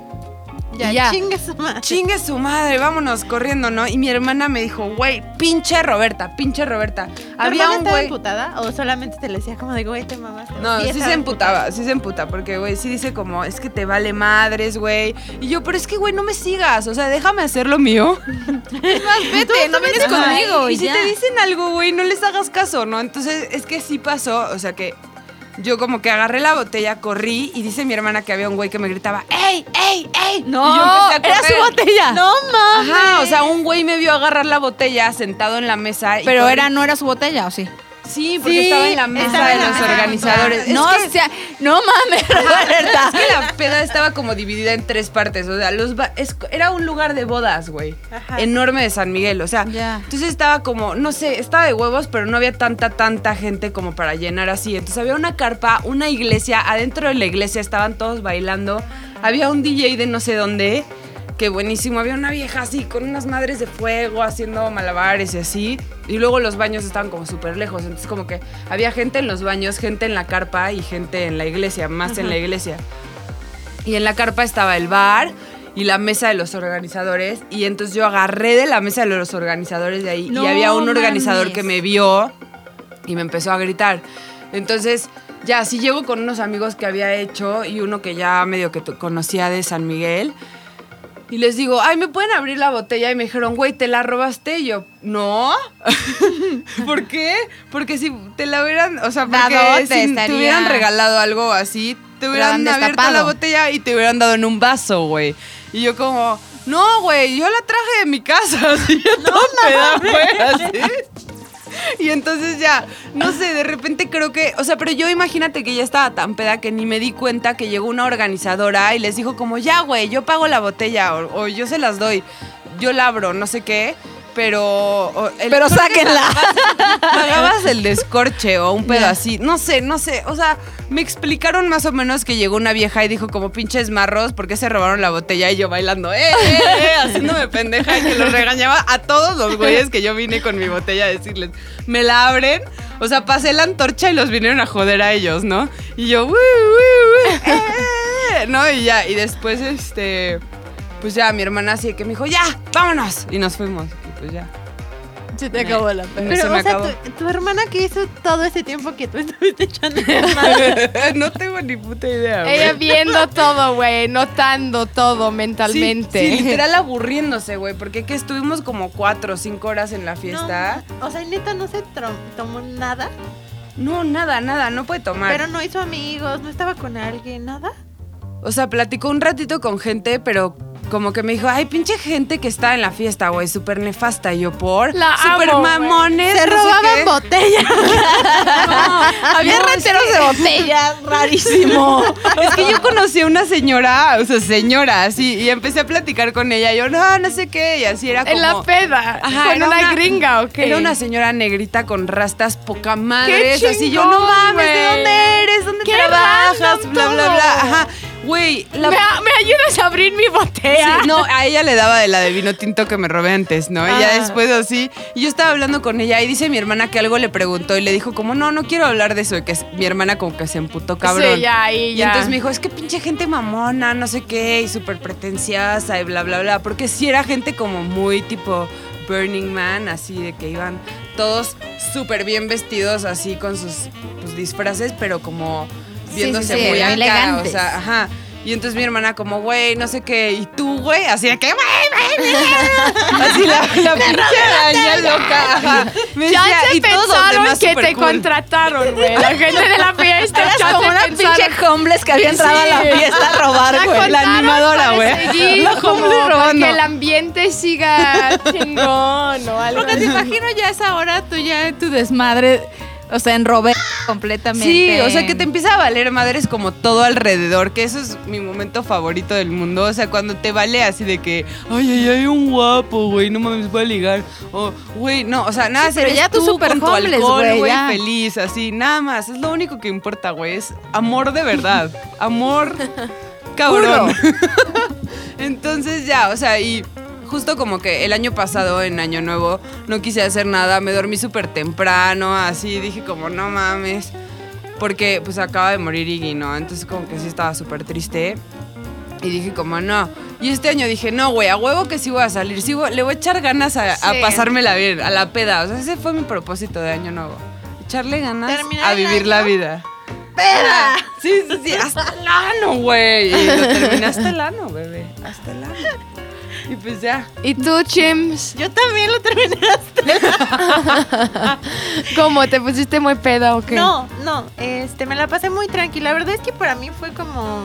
Speaker 4: Ya,
Speaker 3: Ya.
Speaker 4: chingue su madre.
Speaker 3: Chingue su madre, vámonos corriendo, ¿no? Y mi hermana me dijo, güey, pinche Roberta, pinche Roberta.
Speaker 4: ¿Tu
Speaker 3: Había
Speaker 4: hermana
Speaker 3: un
Speaker 4: estaba
Speaker 3: güey.
Speaker 4: emputada o solamente te le decía como de güey, te mamaste?
Speaker 3: No, sí,
Speaker 4: estaba
Speaker 3: se emputaba, sí se emputa, porque, güey, sí dice como, es que te vale madres, güey. Y yo, pero es que, güey, no me sigas, o sea, déjame hacer lo mío. Es más, vete, no vienes
Speaker 2: estás ahí,
Speaker 3: conmigo. Y si
Speaker 2: ya.
Speaker 3: te dicen algo, güey, no les hagas caso, ¿no? Entonces, es que sí pasó, o sea, que yo como que agarré la botella, corrí, y dice mi hermana que había un güey que me gritaba, ¡Ey, ey, ey! Y yo empecé a
Speaker 2: era su
Speaker 3: correr.
Speaker 2: botella.
Speaker 4: No mames.
Speaker 3: Ajá, o sea, un güey me vio agarrar la botella sentado en la mesa. y
Speaker 2: Pero
Speaker 3: corrí.
Speaker 2: era, no era su botella, ¿o sí?
Speaker 3: Sí, porque
Speaker 2: Sí,
Speaker 3: estaba en la mesa
Speaker 2: estaba
Speaker 3: de
Speaker 2: en la
Speaker 3: los
Speaker 2: mesa.
Speaker 3: organizadores.
Speaker 2: no,
Speaker 3: Es que-
Speaker 2: o sea, no mames, Roberta.
Speaker 3: Es que la peda estaba como dividida en tres partes. O sea, los ba- es- era un lugar de bodas, güey.
Speaker 4: Ajá.
Speaker 3: Enorme de San Miguel. O sea,
Speaker 2: Ya.
Speaker 3: entonces estaba como, no sé, estaba de huevos, pero no había tanta, tanta gente como para llenar así. Entonces había una carpa, una iglesia. Adentro de la iglesia estaban todos bailando. Había un DJ de no sé dónde. Que buenísimo, había una vieja así con unas madres de fuego haciendo malabares y así. Y luego los baños estaban como súper lejos. Entonces como que había gente en los baños, gente en la carpa y gente en la iglesia, más en la iglesia. Y en la carpa estaba el bar y la mesa de los organizadores. Y entonces yo agarré de la mesa de los organizadores de ahí.
Speaker 2: No
Speaker 3: y había un organizador
Speaker 2: mames.
Speaker 3: que me vio y me empezó a gritar. Entonces, ya, sí llego con unos amigos que había hecho y uno que ya medio que to- conocía de San Miguel. Y les digo, ay, ¿me pueden abrir la botella? Y me dijeron, güey, ¿te la robaste? Y yo, no. ¿Por qué? Porque si te la hubieran, o sea, porque
Speaker 2: Dado, te
Speaker 3: si te
Speaker 2: estaría-
Speaker 3: hubieran regalado algo así, te hubieran
Speaker 2: hubieran
Speaker 3: abierto la
Speaker 2: destapado.
Speaker 3: botella y te hubieran dado en un vaso, güey. Y yo como, no, güey, yo la traje de mi casa. Así, yo no, güey, así. Y entonces ya, no sé, de repente creo que, o sea, pero yo imagínate que ya estaba tan peda que ni me di cuenta que llegó una organizadora y les dijo como, ya, güey, yo pago la botella o, o yo se las doy, yo la abro, no sé qué, pero... o el-
Speaker 2: Pero
Speaker 3: creo que
Speaker 2: sáquenla.
Speaker 3: Pagabas, pagabas el descorche o un pedo así, no sé, no sé, o sea, me explicaron más o menos que llegó una vieja y dijo como, pinches marros, ¿por qué se robaron la botella? Y yo bailando, eh, eh, eh", haciéndome pendeja y que los regañaba a todos los güeyes que yo vine con mi botella a decirles, me la abren. O sea, pasé la antorcha y los vinieron a joder a ellos, ¿no? Y yo, "Wii, wii, wii, eh, eh", ¿no? Y ya, y después, este, pues ya, mi hermana así que me dijo, ya, vámonos. Y nos fuimos. Y pues ya.
Speaker 2: Se te acabó la
Speaker 3: No
Speaker 4: Pero,
Speaker 3: se me
Speaker 4: o sea,
Speaker 3: acabó.
Speaker 4: tu, tu hermana que hizo todo ese tiempo que tú estuviste echando
Speaker 3: no tengo ni puta idea. güey.
Speaker 1: Ella viendo todo, güey, notando todo
Speaker 3: Sí,
Speaker 1: mentalmente.
Speaker 3: Sí, literal aburriéndose, güey, porque que estuvimos como cuatro o cinco horas en la fiesta.
Speaker 4: No, o sea, neta no se tro- tomó nada,
Speaker 3: No, nada, nada, no puede tomar.
Speaker 4: pero no hizo amigos, no estaba con alguien, nada.
Speaker 3: O sea, platicó un ratito con gente, pero como que me dijo, ay, pinche gente que está en la fiesta, güey, súper nefasta. Y yo, por.
Speaker 1: La
Speaker 3: Súper
Speaker 1: amo, güey.
Speaker 3: mamones.
Speaker 4: Se
Speaker 3: no sé qué.
Speaker 4: robaban botellas.
Speaker 3: No, había rancheros de
Speaker 4: botellas
Speaker 3: rarísimo. Es que yo conocí a una señora, o sea, señora, así, y empecé a platicar con ella. Yo, no, no sé qué, y así era como.
Speaker 1: En la peda.
Speaker 3: Ajá,
Speaker 1: con
Speaker 3: era
Speaker 1: una,
Speaker 3: una-
Speaker 1: gringa o qué.
Speaker 3: Era una señora negrita con rastas poca madre.
Speaker 1: Eh. ¡Qué
Speaker 3: Así yo, no
Speaker 1: chingón,
Speaker 3: mames, ¿de
Speaker 1: güey!
Speaker 3: dónde eres? ¿Dónde
Speaker 1: ¡Qué
Speaker 3: trabajas?
Speaker 1: random
Speaker 3: Bla, bla,
Speaker 1: todo!
Speaker 3: bla. Ajá. Güey, la
Speaker 1: ¿Me, a- me ayudas a abrir mi botella?
Speaker 3: Sí, no, a ella le daba de la de vino tinto que me robé antes, ¿no? Y
Speaker 1: Ah.
Speaker 3: ya después así. Y yo estaba hablando con ella y dice mi hermana que algo le preguntó y le dijo como, no, no quiero hablar de eso. Y que es- mi hermana como que se emputó cabrón.
Speaker 1: Sí, ya, ahí,
Speaker 3: Y
Speaker 1: ya.
Speaker 3: entonces me dijo, es que pinche gente mamona, no sé qué, y súper pretenciosa y bla, bla, bla. Porque sí era gente como muy tipo Burning Man, así de que iban todos súper bien vestidos, así con sus pues, disfraces, pero como
Speaker 2: Sí,
Speaker 3: viéndose
Speaker 2: sí, sí,
Speaker 3: muy acá,
Speaker 2: elegantes.
Speaker 3: O sea, ajá. Y entonces mi hermana como, güey, no sé qué. Y tú, güey, así de que, güey, güey, güey. Así la, la pinche araña loca. Ajá. Me
Speaker 1: Ya
Speaker 3: decía,
Speaker 1: se
Speaker 3: y todos los
Speaker 1: pensaron
Speaker 3: demás
Speaker 1: que
Speaker 3: súper
Speaker 1: te
Speaker 3: cool.
Speaker 1: contrataron, güey. La gente de la fiesta
Speaker 6: Eras
Speaker 1: ya
Speaker 6: como
Speaker 1: se
Speaker 6: una
Speaker 1: pensaron-
Speaker 6: pinche homeless que había entrado a la
Speaker 1: Sí.
Speaker 6: fiesta a robar, güey.
Speaker 1: La
Speaker 3: animadora, güey.
Speaker 1: La como
Speaker 3: cumple
Speaker 1: para
Speaker 3: robando.
Speaker 1: que el ambiente siga chingón o algo.
Speaker 2: Porque te imagino ya a esa hora tú ya en tu desmadre, o sea, en Robert completamente.
Speaker 3: Sí, o sea, que te empieza a valer madres como todo alrededor, que eso es mi momento favorito del mundo. O sea, cuando te vale así de que, ay, ay, ay, un guapo, güey, no mames, voy a ligar. O, güey, no, o sea, nada,
Speaker 2: Sí, pero
Speaker 3: eres
Speaker 2: ya tú súper
Speaker 3: con tu
Speaker 2: homeless,
Speaker 3: alcohol,
Speaker 2: güey, ya.
Speaker 3: feliz, así, nada más. Es lo único que importa, güey, es amor de verdad. Amor cabrón. Entonces ya, o sea, y justo como que el año pasado, en Año Nuevo, no quise hacer nada, me dormí súper temprano, así, dije como, no mames, porque pues acaba de morir Iggy, ¿no? Entonces como que sí estaba súper triste. Y dije como, no. Y este año dije, no, güey, a huevo que sí voy a salir, sí voy- le voy a echar ganas a, a
Speaker 1: Sí.
Speaker 3: pasármela bien, a la peda. O sea, ese fue mi propósito de Año Nuevo. Echarle ganas
Speaker 4: Terminar
Speaker 3: a
Speaker 4: el
Speaker 3: vivir
Speaker 4: año
Speaker 3: la vida. ¡Peda! Sí, sí, sí, hasta el ano, güey. Y lo terminaste el ano, bebé. Hasta el ano. Y pues ya.
Speaker 1: ¿Y tú, Chims?
Speaker 4: Yo también lo terminé hasta.
Speaker 1: ¿Cómo? ¿Te pusiste muy peda o qué?
Speaker 4: No, no, este, me la pasé muy tranquila. La verdad es que para mí fue como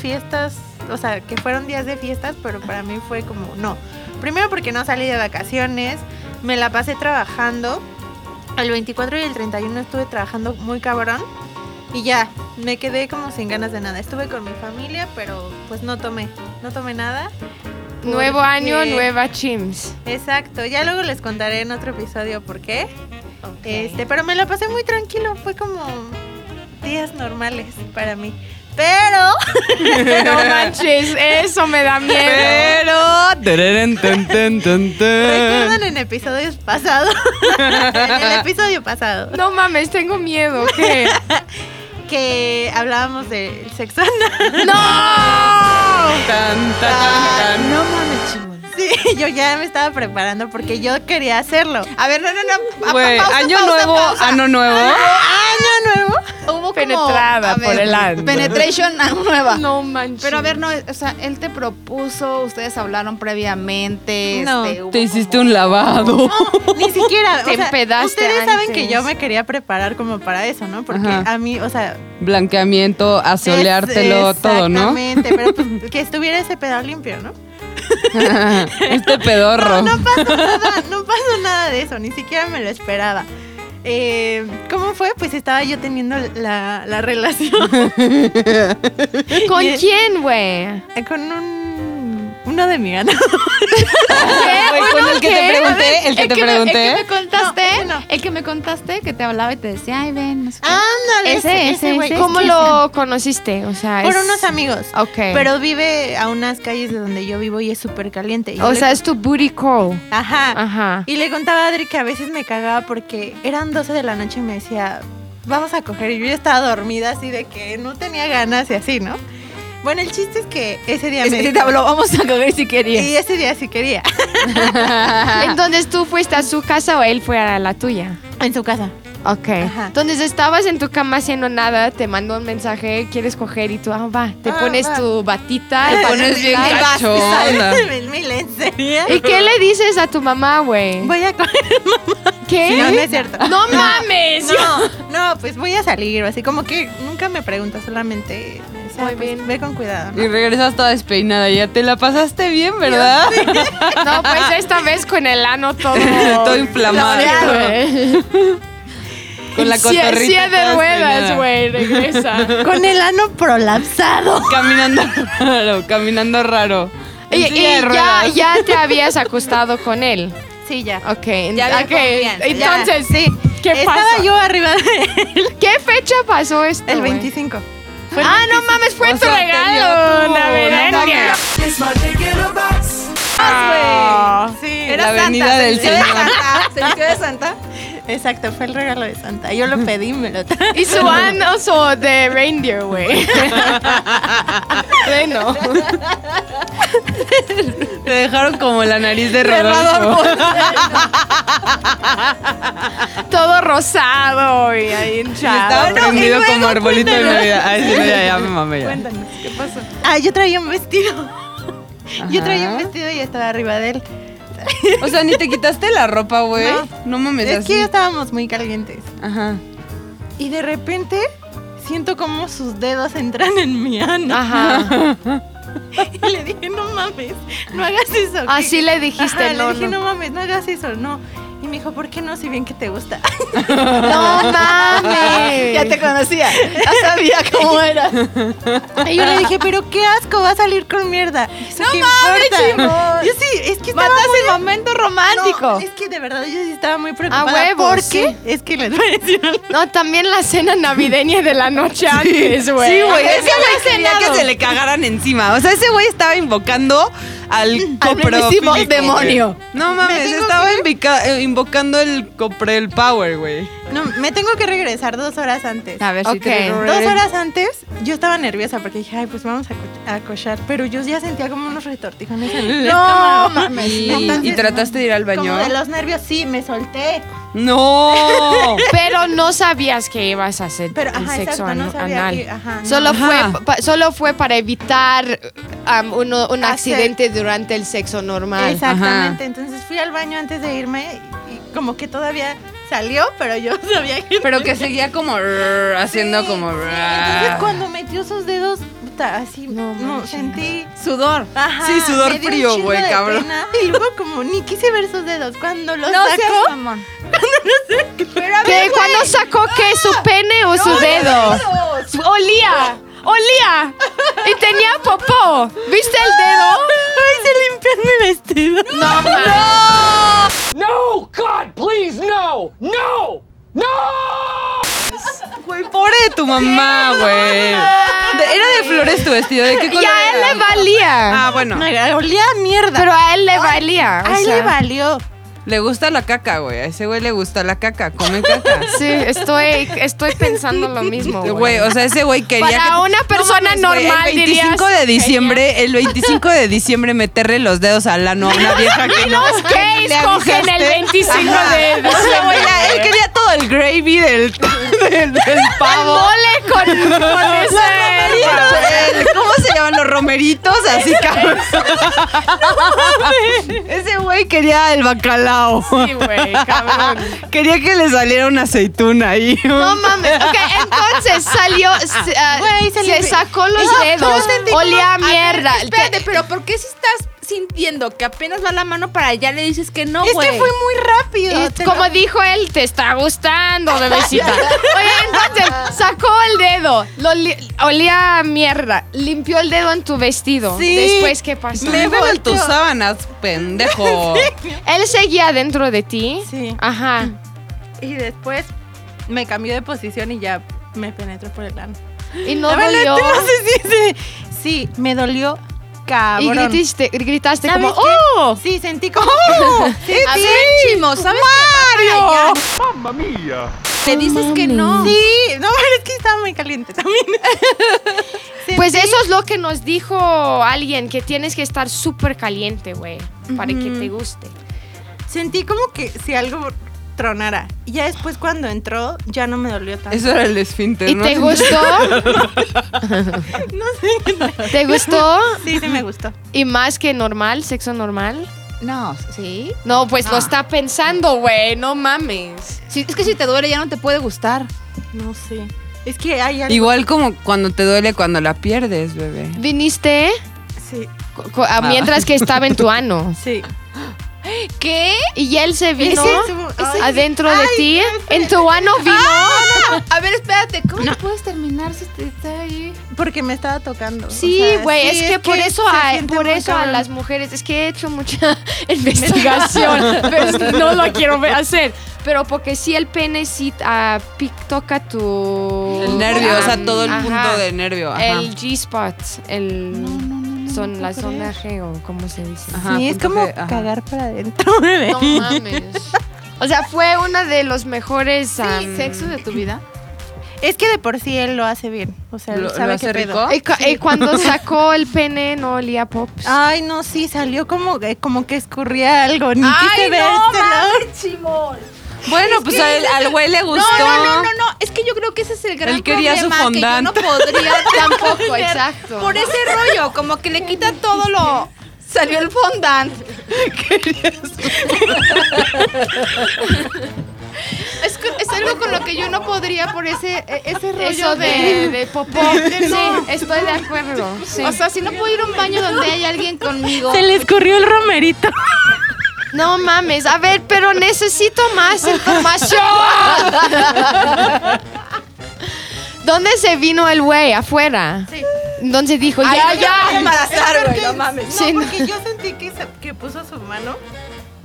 Speaker 4: fiestas, o sea, que fueron días de fiestas, pero para mí fue como, no. Primero porque no salí de vacaciones, me la pasé trabajando. El 24 y el 31 estuve trabajando muy cabrón y ya, me quedé como sin ganas de nada. Estuve con mi familia, pero pues no tomé, no tomé nada.
Speaker 1: Nuevo año,
Speaker 3: eh.
Speaker 4: Porque-
Speaker 1: nueva Chims.
Speaker 4: Exacto, ya luego les contaré en otro episodio por qué.
Speaker 6: Ok.
Speaker 4: Este, pero me la pasé muy tranquilo, fue como días normales para mí. Pero
Speaker 1: No manches, eso me da miedo.
Speaker 3: Pero. tereren, ten, ten, ten, ten.
Speaker 4: recuerdan en episodios pasados, en el episodio pasado,
Speaker 1: No mames, tengo miedo. ¿Qué?
Speaker 4: que hablábamos del sexo anal.
Speaker 3: Tan, tan, tan, tan.
Speaker 6: No mames, chingón.
Speaker 4: Sí, yo ya me estaba preparando porque yo quería hacerlo.
Speaker 6: A ver, no, no, no. pa-
Speaker 3: Güey,
Speaker 6: pausa,
Speaker 3: año
Speaker 6: pausa,
Speaker 3: nuevo,
Speaker 6: pausa.
Speaker 3: ano nuevo.
Speaker 4: Año nuevo.
Speaker 6: Hubo como-
Speaker 1: Penetrada
Speaker 6: a ver,
Speaker 1: por el ano.
Speaker 6: Penetration ano nueva.
Speaker 1: No manches.
Speaker 6: Pero a ver, no, o sea, él te propuso, ustedes hablaron previamente.
Speaker 4: No,
Speaker 6: este, hubo
Speaker 3: Te hiciste
Speaker 6: como-
Speaker 3: un lavado.
Speaker 4: Ni siquiera. o
Speaker 1: Te
Speaker 4: sea,
Speaker 1: empedaste
Speaker 4: ustedes saben que
Speaker 1: antes.
Speaker 4: yo me quería preparar como para eso, ¿no? Porque
Speaker 3: Ajá.
Speaker 4: a mí, o sea,
Speaker 3: Blanqueamiento, asoleártelo,
Speaker 4: Es-
Speaker 3: todo, ¿no?
Speaker 4: Exactamente, pero pues, que estuviera ese pedo limpio, ¿no?
Speaker 3: Este pedorro.
Speaker 4: No pasó nada, no pasó nada de eso, ni siquiera me lo esperaba. Eh, ¿Cómo fue? Pues estaba yo teniendo la, la relación
Speaker 1: ¿Con
Speaker 4: Bien.
Speaker 1: quién, güey?
Speaker 4: con un, uno de mi ganado.
Speaker 3: Güey, con el que te
Speaker 1: ¿Qué?
Speaker 3: pregunté, el que te
Speaker 6: El que
Speaker 3: pregunté.
Speaker 6: me contaste,
Speaker 4: No, no.
Speaker 6: el que me contaste que te hablaba y te decía, ay, ven, no sé qué".
Speaker 3: Ah,
Speaker 4: Ándale,
Speaker 6: Ese, ese,
Speaker 4: güey.
Speaker 6: ese.
Speaker 4: ¿Cómo
Speaker 1: ¿Cómo
Speaker 6: Es que
Speaker 1: lo conociste? O sea,
Speaker 4: Por
Speaker 1: es-
Speaker 4: unos amigos.
Speaker 1: Ok.
Speaker 4: Pero vive a unas calles de donde yo vivo y es súper caliente. Y yo
Speaker 1: o
Speaker 4: le-
Speaker 1: sea, es tu booty call.
Speaker 4: ajá.
Speaker 1: Ajá.
Speaker 4: Ah. Y le contaba a Adri que a veces me cagaba porque eran 12 de la noche y me decía, vamos a coger. Y yo ya estaba dormida así de que no tenía ganas y así, ¿no? Bueno, el chiste es que ese día me...
Speaker 6: Sí te habló, vamos a coger si querías.
Speaker 4: Y ese día sí quería.
Speaker 1: Entonces tú fuiste a su casa o él fue a la tuya.
Speaker 4: En su casa.
Speaker 1: Ok.
Speaker 4: Ajá.
Speaker 1: Entonces estabas en tu cama haciendo nada, te mandó un mensaje, quieres coger y tú, ah, va, te
Speaker 4: Ah,
Speaker 1: pones
Speaker 4: va.
Speaker 1: tu batita.
Speaker 3: Te
Speaker 1: pa-
Speaker 3: pones bien
Speaker 1: Ay, vas.
Speaker 3: cachonda.
Speaker 4: Mi, mi lencería.
Speaker 1: ¿Y qué le dices a tu mamá, güey?
Speaker 4: Voy a coger.
Speaker 1: ¿Qué?
Speaker 4: No, no es cierto.
Speaker 1: ¡No mames!
Speaker 4: No, no, pues voy a salir o así. Como que nunca me pregunta, solamente... me decía,
Speaker 1: Muy
Speaker 4: pues,
Speaker 1: bien.
Speaker 4: Ve con cuidado, ¿no?
Speaker 3: Y regresas toda despeinada. Ya te la pasaste bien, ¿verdad?
Speaker 1: No, pues esta vez con el ano todo.
Speaker 3: Todo inflamado.
Speaker 1: güey.
Speaker 3: Con la
Speaker 1: Silla-
Speaker 3: cotorrita.
Speaker 1: silla de
Speaker 3: toda
Speaker 1: ruedas,
Speaker 3: despeinada.
Speaker 1: güey, regresa.
Speaker 4: Con el ano prolapsado.
Speaker 3: Caminando raro, caminando raro. En
Speaker 1: Y,
Speaker 3: silla de
Speaker 1: y ya,
Speaker 3: ruedas.
Speaker 1: ya te habías acostado con él.
Speaker 4: Sí, ya.
Speaker 1: Ok. ent-
Speaker 4: Ya había
Speaker 1: ok,
Speaker 4: confianza, ya.
Speaker 1: Entonces,
Speaker 4: Sí.
Speaker 1: ¿qué
Speaker 4: Estaba
Speaker 1: pasa?
Speaker 4: yo arriba de
Speaker 1: ¿Qué fecha pasó esto?
Speaker 4: El
Speaker 1: güey?
Speaker 4: 25.
Speaker 1: Ah, no mames, fue
Speaker 3: O
Speaker 1: tu
Speaker 3: sea, te dio
Speaker 1: regalo.
Speaker 3: como una
Speaker 1: Navideña.
Speaker 4: Sí.
Speaker 3: la avenida del
Speaker 6: Se
Speaker 3: cielo.
Speaker 6: de Santa.
Speaker 4: Exacto, fue el regalo de Santa. Yo lo pedí, me lo traje.
Speaker 1: Y su ano so de reindeer, güey. bueno.
Speaker 3: Te dejaron como la nariz de Rodolfo.
Speaker 1: Todo rosado y ahí
Speaker 3: Estaba
Speaker 1: hinchado.
Speaker 3: prendido
Speaker 4: luego,
Speaker 3: como arbolito de
Speaker 4: cuéntanos.
Speaker 3: Navidad. Ay, sí, ya, ya me mamé ya.
Speaker 4: Cuéntanos, ¿qué pasó? Ah, yo traía un vestido. Yo traía un
Speaker 3: Ajá.
Speaker 4: vestido y estaba arriba de él.
Speaker 3: O sea, ni te quitaste la ropa, güey. No, mames,
Speaker 4: Es
Speaker 3: así.
Speaker 4: que estábamos muy calientes.
Speaker 3: Ajá.
Speaker 4: Y de repente siento como sus dedos entran en mi ano.
Speaker 1: Ajá.
Speaker 4: Y le dije, no mames, no hagas eso. ¿qué-
Speaker 1: Así le dijiste,
Speaker 4: Ajá,
Speaker 1: no,
Speaker 4: Ah, le dije,
Speaker 1: no.
Speaker 4: no. mames, no hagas eso, no. Y me dijo, ¿por qué no? Si bien que te gusta.
Speaker 1: No mames.
Speaker 6: Ya te conocía, ya sabía cómo era.
Speaker 4: Y yo le dije, pero qué asco, va a salir con mierda. no mames, Yo sí, es que estaba
Speaker 6: Mataste
Speaker 4: muy...
Speaker 6: el momento
Speaker 4: No,
Speaker 6: romántico.
Speaker 4: es que de verdad yo sí estaba muy preocupada.
Speaker 1: huevo,
Speaker 4: porque
Speaker 1: sí.
Speaker 4: Es que les voy a decir algo.
Speaker 1: No, también la cena navideña de la noche antes, güey.
Speaker 3: Sí, güey. Ese güey
Speaker 1: Había
Speaker 3: quería que
Speaker 1: cenado.
Speaker 3: se le cagaran encima. O sea, ese güey estaba invocando al
Speaker 6: mismísimo
Speaker 3: coprofílico.
Speaker 6: demonio.
Speaker 3: güey. No mames, estaba invoca- eh, invocando el coprel power, güey.
Speaker 4: No, me tengo que regresar dos horas antes.
Speaker 2: A ver si te
Speaker 1: Ok.
Speaker 4: Dos horas antes yo estaba nerviosa porque dije, ay, pues vamos a, co- a cochar. Pero yo ya sentía como unos retortijones en el
Speaker 6: No,
Speaker 4: estómago.
Speaker 6: mames.
Speaker 3: ¿Y,
Speaker 4: Entonces,
Speaker 3: y trataste de ir al baño?
Speaker 4: Como de los nervios, sí, me solté.
Speaker 3: No.
Speaker 1: Pero no sabías que ibas a hacer
Speaker 4: Pero,
Speaker 1: el
Speaker 4: ajá,
Speaker 1: sexo
Speaker 4: exacto,
Speaker 1: anu-
Speaker 4: no sabía
Speaker 1: anal.
Speaker 4: que- ajá, no.
Speaker 1: solo,
Speaker 3: Ajá.
Speaker 1: Fue, pa- solo fue para evitar um, uno- un
Speaker 4: Hacer-
Speaker 1: accidente durante el sexo normal.
Speaker 4: Exactamente. Entonces fui al baño antes de irme y como que todavía salió, pero yo sabía que.
Speaker 3: Pero que seguía como rrr, haciendo
Speaker 4: Sí,
Speaker 3: como. ¡ah!
Speaker 4: sí.
Speaker 3: rrr.
Speaker 4: Entonces cuando metió sus dedos, puta, así,
Speaker 1: No
Speaker 4: no,
Speaker 1: manches.
Speaker 4: sentí.
Speaker 2: Sudor.
Speaker 4: Ajá,
Speaker 3: Sí, sudor
Speaker 4: me dio un
Speaker 3: frío,
Speaker 4: chingo
Speaker 3: güey,
Speaker 4: de
Speaker 3: cabrón.
Speaker 4: pena. Y luego como ni quise ver sus dedos. Cuando los
Speaker 2: No seas
Speaker 4: sacó,
Speaker 2: mamón.
Speaker 4: pero a
Speaker 1: ¿Qué?
Speaker 4: ver, güey,
Speaker 1: ¿Cuándo sacó qué? ¿Su pene o su dedo? Olía, olía. Y tenía popó. ¿Viste el dedo?
Speaker 4: Ay, se limpió mi vestido.
Speaker 1: No, ma-
Speaker 7: No! God, please, no! No! No!
Speaker 3: Güey, pobre de tu mamá, güey. De- Era de flores tu vestido. ¿De qué color?
Speaker 1: Y a él
Speaker 3: era?
Speaker 1: le valía.
Speaker 3: Ah, bueno.
Speaker 4: Me olía a mierda.
Speaker 1: Pero a él le valía. o
Speaker 4: a él
Speaker 1: sea.
Speaker 4: le valió.
Speaker 3: Le gusta la caca, güey. A ese güey le gusta la caca. Come caca.
Speaker 1: Sí, estoy, estoy pensando lo mismo.
Speaker 3: Güey, o sea, ese güey quería
Speaker 1: Para
Speaker 3: que-
Speaker 1: una persona
Speaker 3: güey,
Speaker 1: normal
Speaker 3: el 25
Speaker 1: dirías,
Speaker 3: de diciembre, el 25 de diciembre meterle los dedos al ano a una vieja que no.
Speaker 1: Los gays
Speaker 3: le
Speaker 1: cogen el
Speaker 3: avisaste.
Speaker 1: 25 de
Speaker 3: O sea, güey,
Speaker 1: diciembre.
Speaker 3: él quería todo el gravy del, del, del
Speaker 1: Al
Speaker 3: pavo.
Speaker 1: mole con, con ese.
Speaker 3: El- ¿Cómo se llaman los romeritos? Así cabrón. Ese güey quería el bacalao.
Speaker 1: Sí, güey, cabrón.
Speaker 3: Quería que le saliera una aceituna ahí.
Speaker 1: No mames. Ok, entonces salió. Se, ah,
Speaker 4: Güey, se
Speaker 1: se
Speaker 4: limpi-
Speaker 1: sacó los dedos. Olía a mierda.
Speaker 6: Espérate, pero ¿por qué si estás sintiendo que apenas va la mano para allá le dices que no,
Speaker 4: es
Speaker 6: güey?
Speaker 4: que fue muy rápido.
Speaker 1: Y como dijo él, te está gustando, bebecita. Oye, entonces sacó el dedo, lo li- olía a mierda, limpió el dedo en tu vestido.
Speaker 3: Sí.
Speaker 1: Después, ¿qué pasó?
Speaker 3: Me en tus sábanas, pendejo.
Speaker 1: Él seguía dentro de ti.
Speaker 4: Sí.
Speaker 1: Ajá.
Speaker 4: Y después me cambió de posición y ya me penetró por el ano.
Speaker 1: Y no
Speaker 4: La verdad,
Speaker 1: dolió.
Speaker 4: no sé si se- Sí, me dolió
Speaker 1: Y
Speaker 4: cabrón.
Speaker 1: gritaste, gritaste
Speaker 4: ¿Sabes ¡Oh!
Speaker 1: como,
Speaker 4: qué?
Speaker 1: ¡Oh!
Speaker 4: Sí, sentí como...
Speaker 6: A ver, chimo, ¿sabes qué? Para allá.
Speaker 7: Mamma mia!
Speaker 6: Te dices que no.
Speaker 4: Sí, no, es que estaba muy caliente también. Sentí-
Speaker 1: Pues eso es lo que nos dijo alguien, que tienes que estar súper caliente, güey, para que te guste.
Speaker 4: Sentí como que si algo tronara. Y ya después cuando entró, ya no me dolió tanto.
Speaker 3: Eso era el esfínter,
Speaker 1: ¿Y
Speaker 3: ¿no?
Speaker 1: te gustó?
Speaker 4: No sé.
Speaker 1: ¿Te gustó?
Speaker 4: Sí, sí me gustó.
Speaker 1: ¿Y más que normal, sexo normal?
Speaker 6: No, sí.
Speaker 1: No, pues lo
Speaker 6: Ah.
Speaker 1: está pensando, güey, no mames.
Speaker 6: Sí, Es que si te duele ya no te puede gustar.
Speaker 4: No sé. Es que hay algo...
Speaker 3: Igual como cuando te duele cuando la pierdes, bebé.
Speaker 1: Viniste
Speaker 4: Sí,
Speaker 1: co- co- a- mientras que estaba en tu ano.
Speaker 4: sí.
Speaker 6: ¿Qué?
Speaker 1: Y él se vino
Speaker 4: Ese estuvo- ay.
Speaker 1: adentro de ti. En tu ano vino.
Speaker 6: A ver, espérate, ¿cómo te puedes terminar si te está ahí?
Speaker 4: Porque me estaba tocando.
Speaker 1: Sí,
Speaker 4: O sea,
Speaker 1: güey,
Speaker 4: sí,
Speaker 1: es, que por eso,
Speaker 4: se
Speaker 1: a,
Speaker 4: siente
Speaker 1: por
Speaker 4: muy
Speaker 1: eso a
Speaker 4: cabrón.
Speaker 1: las mujeres, es que he hecho mucha investigación, pero es- no lo quiero ver- hacer. Pero porque si el pene sí ah, pic- toca tu...
Speaker 3: El nervio, o sea,
Speaker 1: am,
Speaker 3: todo el
Speaker 1: Ah, ajá,
Speaker 3: punto del nervio. Ajá.
Speaker 1: El G-spot, el... son, la zona G o como se dice.
Speaker 3: Ajá,
Speaker 4: sí, es
Speaker 3: punto
Speaker 4: como
Speaker 3: G, ajá.
Speaker 4: cagar para adentro, bebé.
Speaker 1: No mames. O sea, fue uno de los mejores... am,
Speaker 6: ¿Sexo de tu vida?
Speaker 4: Es que de por sí él lo hace bien. O sea,
Speaker 3: ¿Lo-
Speaker 4: él sabe
Speaker 3: lo hace
Speaker 4: qué pedo.
Speaker 3: rico?
Speaker 1: Y, cu- y cuando sacó el pene no olía pops.
Speaker 4: Ay, no, sí, salió como, eh, como que escurría algo. Ni quise
Speaker 6: ¡Ay, no,
Speaker 4: vérselo.
Speaker 6: mames, chimol!
Speaker 3: Bueno, pues a él- al güey le gustó.
Speaker 6: No, no, no, no, no. Es que yo creo que ese es el gran
Speaker 3: Él quería su
Speaker 6: problema
Speaker 3: fondant.
Speaker 6: que yo no podría tampoco.
Speaker 1: exacto.
Speaker 6: Por ese rollo, como que le quita todo lo. Salió el fondant.
Speaker 1: Es, que- es algo con lo que yo no podría por ese, e- ese rollo de, de popó. sí, estoy de acuerdo. Sí.
Speaker 6: O sea, si no puedo ir a un baño donde hay alguien conmigo.
Speaker 8: Se le escurrió el romerito.
Speaker 1: No mames, a ver, pero necesito más información. ¿Dónde se vino el güey? ¿Afuera?
Speaker 4: Sí.
Speaker 1: Entonces dijo, ya, ya.
Speaker 4: embarazar, güey, no mames.
Speaker 1: Sí,
Speaker 4: No,
Speaker 1: no.
Speaker 4: porque yo sentí que, se- que puso su mano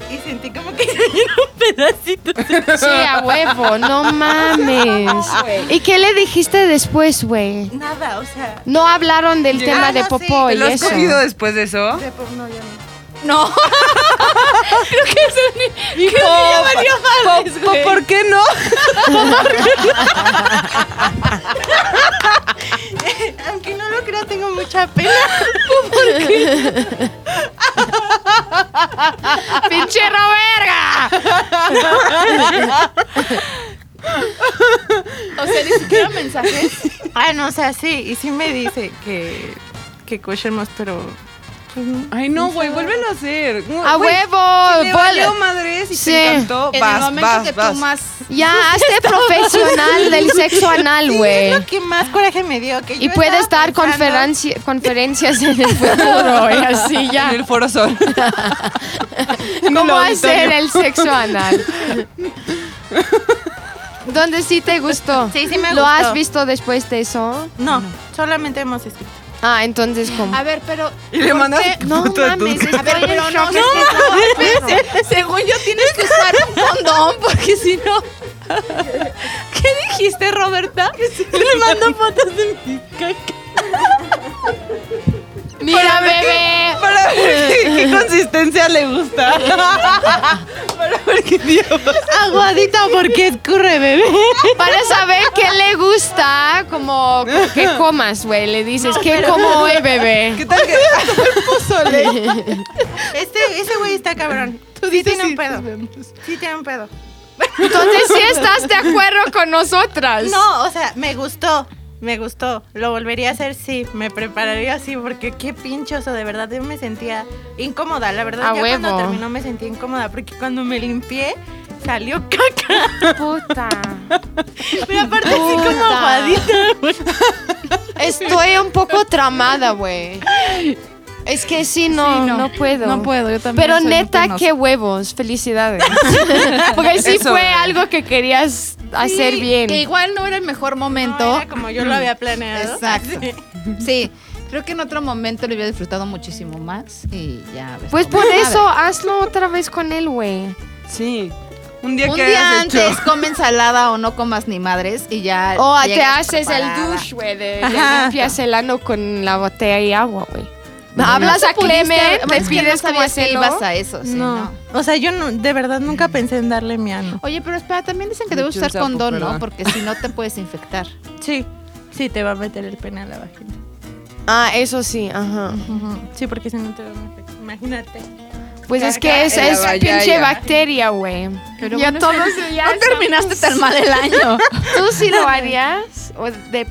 Speaker 4: y sentí como que...
Speaker 8: Pedacito.
Speaker 1: Sí, a huevo, no mames. ¿Y qué le dijiste después, güey?
Speaker 4: Nada, o sea...
Speaker 1: No hablaron del
Speaker 4: Ah,
Speaker 1: tema de
Speaker 4: no,
Speaker 1: popó
Speaker 4: sí.
Speaker 1: y
Speaker 3: ¿Lo has
Speaker 1: eso.
Speaker 3: cogido después de eso?
Speaker 4: de- No, yo no.
Speaker 3: Po- ¿Por qué no?
Speaker 4: Aunque no lo crea, tengo mucha pena.
Speaker 1: ¡Pinche verga!
Speaker 6: O sea, ni siquiera mensajes.
Speaker 4: Ah, no, o sea, sí. Y sí me dice que, que cochemos, pero... pues, no.
Speaker 3: Ay, no, güey, vuélvelo a hacer. Ah,
Speaker 1: ¡A
Speaker 3: Güey,
Speaker 1: huevo!
Speaker 3: Le
Speaker 1: Vol-
Speaker 3: valió madres y
Speaker 1: Sí.
Speaker 3: te encantó.
Speaker 6: En el
Speaker 3: Vas,
Speaker 6: momento
Speaker 3: vas,
Speaker 6: que
Speaker 3: vas.
Speaker 6: tú más.
Speaker 1: Ya, hazte profesional del sexo anal,
Speaker 4: Sí,
Speaker 1: güey.
Speaker 4: es lo que más coraje me dio. Que
Speaker 1: Y
Speaker 4: yo
Speaker 1: puede
Speaker 4: estaba
Speaker 1: estar
Speaker 4: pensando-
Speaker 1: conferenci- conferencias en el futuro y así
Speaker 3: En
Speaker 1: ya.
Speaker 3: el foro sol.
Speaker 1: ¿Cómo hacer el sexo anal? ¿Dónde sí te gustó?
Speaker 4: Sí, sí me
Speaker 1: ¿Lo
Speaker 4: gustó.
Speaker 1: has visto después de eso?
Speaker 4: No, solamente hemos escrito.
Speaker 1: Ah, entonces como.
Speaker 6: A ver, pero.
Speaker 3: Y le mandas
Speaker 1: No
Speaker 3: foto de tus
Speaker 1: mames,
Speaker 3: gatos.
Speaker 1: estoy en shock.
Speaker 6: Según yo, tienes que usar un condón porque si no. ¿Qué dijiste, Roberta?
Speaker 8: Le mando fotos de mi caca.
Speaker 1: Mira, bebé.
Speaker 3: Para ver qué, qué consistencia le gusta. Para ver qué dio.
Speaker 4: Aguadita porque escurre, bebé.
Speaker 1: Para saber qué le gusta, como que comas, güey. Le dices, ¿qué como hoy, bebé?
Speaker 3: ¿Qué tal que
Speaker 4: Este, ese güey está cabrón. Sí tiene un pedo. Sí tiene un pedo.
Speaker 1: Entonces, ¿sí estás de acuerdo con nosotras?
Speaker 4: No, o sea, me gustó. Me gustó. Lo volvería a hacer, sí. Me prepararía así porque qué pinchoso. De verdad, yo me sentía incómoda. La verdad,
Speaker 1: A
Speaker 4: ya cuando
Speaker 1: huevo.
Speaker 4: terminó me sentí incómoda porque cuando me limpié salió caca.
Speaker 1: Puta.
Speaker 4: Pero aparte, así como
Speaker 1: Puta.
Speaker 4: aguadita.
Speaker 1: Estoy un poco tramada, güey. Es que sí, no, no, puedo.
Speaker 2: No puedo, yo también.
Speaker 1: Pero
Speaker 2: soy
Speaker 1: neta,
Speaker 2: penosa.
Speaker 1: qué huevos. Felicidades. Porque sí
Speaker 3: Eso.
Speaker 1: fue algo que querías hacer
Speaker 6: Sí,
Speaker 1: bien.
Speaker 6: Que igual no era el mejor
Speaker 4: No,
Speaker 6: momento.
Speaker 4: era como yo lo había planeado.
Speaker 6: Exacto. Sí, creo que en otro momento lo hubiera disfrutado muchísimo más y ya. ves
Speaker 1: Pues
Speaker 6: cómo.
Speaker 1: por
Speaker 6: A ver,
Speaker 1: eso, hazlo otra vez con él, güey.
Speaker 3: Sí. Un día
Speaker 6: Un
Speaker 3: que
Speaker 6: día
Speaker 3: hayas hecho.
Speaker 6: antes come ensalada o no comas ni madres y ya.
Speaker 1: O te
Speaker 6: llegas
Speaker 1: Oh, haces el
Speaker 6: preparada.
Speaker 1: douche, güey. de- Le limpias el ano con la botella y agua, güey. Hablas a
Speaker 6: Tú pudiste
Speaker 1: Clemente,
Speaker 6: haber-
Speaker 1: me
Speaker 6: es que no
Speaker 1: pides cómo
Speaker 6: sabías que
Speaker 1: hacerlo.
Speaker 6: ibas a eso, sí,
Speaker 4: no.
Speaker 6: no.
Speaker 4: O sea, yo no- de verdad nunca pensé en darle mi ano.
Speaker 6: Oye, pero espera, también dicen que
Speaker 3: Me
Speaker 6: debes
Speaker 3: eché un
Speaker 6: usar
Speaker 3: sapo,
Speaker 6: condón,
Speaker 3: perdón.
Speaker 6: ¿no? Porque si no te puedes infectar.
Speaker 4: Sí. Sí, te va a meter el pene a la vagina.
Speaker 1: Ah, eso sí, ajá.
Speaker 4: Sí, porque si no te va a meter. Imagínate.
Speaker 1: Pues es que
Speaker 3: Caca
Speaker 1: es,
Speaker 3: en la
Speaker 1: es
Speaker 3: vallaya.
Speaker 1: pinche bacteria, güey.
Speaker 6: Pero
Speaker 1: Ya
Speaker 6: bueno,
Speaker 1: todos ya
Speaker 6: No terminaste tan mal el año.
Speaker 1: ¿Tú sí lo harías? O de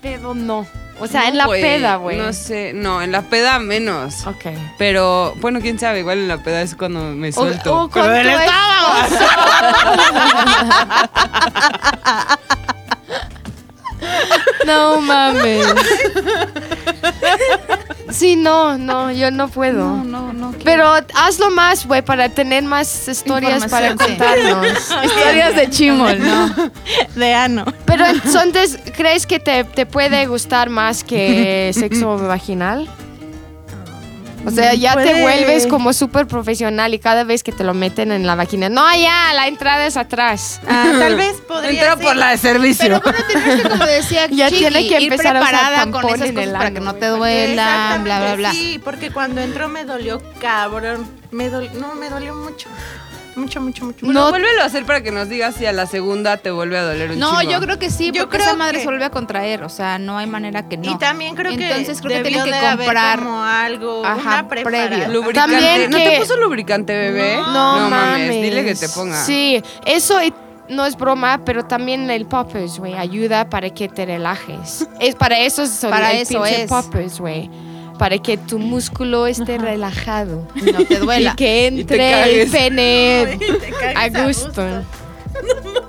Speaker 1: pedo no. O sea, en la
Speaker 3: Güey,
Speaker 1: peda, güey.
Speaker 3: No sé, no, en la peda menos.
Speaker 1: Ok.
Speaker 3: Pero, bueno, quién sabe, igual en la peda es cuando me
Speaker 1: O,
Speaker 3: suelto.
Speaker 1: o con tu esposo. No mames. Sí, no, no, yo no puedo.
Speaker 2: No, no, no. ¿qué?
Speaker 1: Pero hazlo más, güey, para tener más historias para
Speaker 6: Información, sí.
Speaker 1: contarnos.
Speaker 2: historias de chimol, ¿no?
Speaker 4: De ano.
Speaker 1: Pero entonces, ¿crees que te, te puede gustar más que sexo vaginal? O
Speaker 6: Mm,
Speaker 1: sea, ya te
Speaker 4: Puede.
Speaker 1: vuelves como súper profesional y cada vez que te lo meten en la vagina, no, ya, la entrada es atrás.
Speaker 4: Ah, tal vez podría
Speaker 3: Entra
Speaker 4: ser.
Speaker 3: por la de servicio.
Speaker 6: Pero bueno, tienes que, como decía
Speaker 1: Ya
Speaker 6: Chiqui,
Speaker 1: tiene que
Speaker 6: ir
Speaker 1: empezar a usar
Speaker 6: preparada
Speaker 1: tampón
Speaker 6: con esas
Speaker 1: en
Speaker 6: cosas
Speaker 1: el
Speaker 6: para
Speaker 1: ano,
Speaker 6: que no
Speaker 1: güey,
Speaker 6: te duela, bla, bla, bla.
Speaker 4: Sí, porque cuando entró me dolió cabrón. Me dol- no, me dolió mucho. Mucho, mucho, mucho.
Speaker 3: Bueno,
Speaker 2: No.
Speaker 3: vuélvelo a hacer para que nos digas si a la segunda te vuelve a doler un
Speaker 2: No,
Speaker 3: chingo.
Speaker 2: yo creo que sí,
Speaker 4: Yo
Speaker 2: porque
Speaker 4: creo
Speaker 2: esa madre
Speaker 4: que-
Speaker 2: se vuelve a contraer, o sea, no hay manera que no.
Speaker 4: Y también creo que
Speaker 2: Entonces creo que
Speaker 4: debió
Speaker 2: tienen que
Speaker 4: de haber
Speaker 2: comprar-
Speaker 4: como algo,
Speaker 2: Ajá,
Speaker 4: una
Speaker 2: previo.
Speaker 4: previo.
Speaker 3: Lubricante.
Speaker 1: También
Speaker 3: ¿No
Speaker 1: que-
Speaker 3: te puso lubricante, bebé?
Speaker 1: No, mames.
Speaker 3: Eh, Dile que te ponga.
Speaker 1: Sí, eso y- no es broma, pero también el poppers, güey, ayuda para que te relajes. Es para eso es
Speaker 2: Para
Speaker 1: el
Speaker 2: eso
Speaker 1: pinche
Speaker 2: es.
Speaker 1: poppers, güey. Para que tu músculo esté relajado.
Speaker 2: No te duela.
Speaker 1: Y que
Speaker 3: Y te
Speaker 1: entre el
Speaker 3: cagues.
Speaker 1: pene
Speaker 4: Te cagas
Speaker 1: a gusto.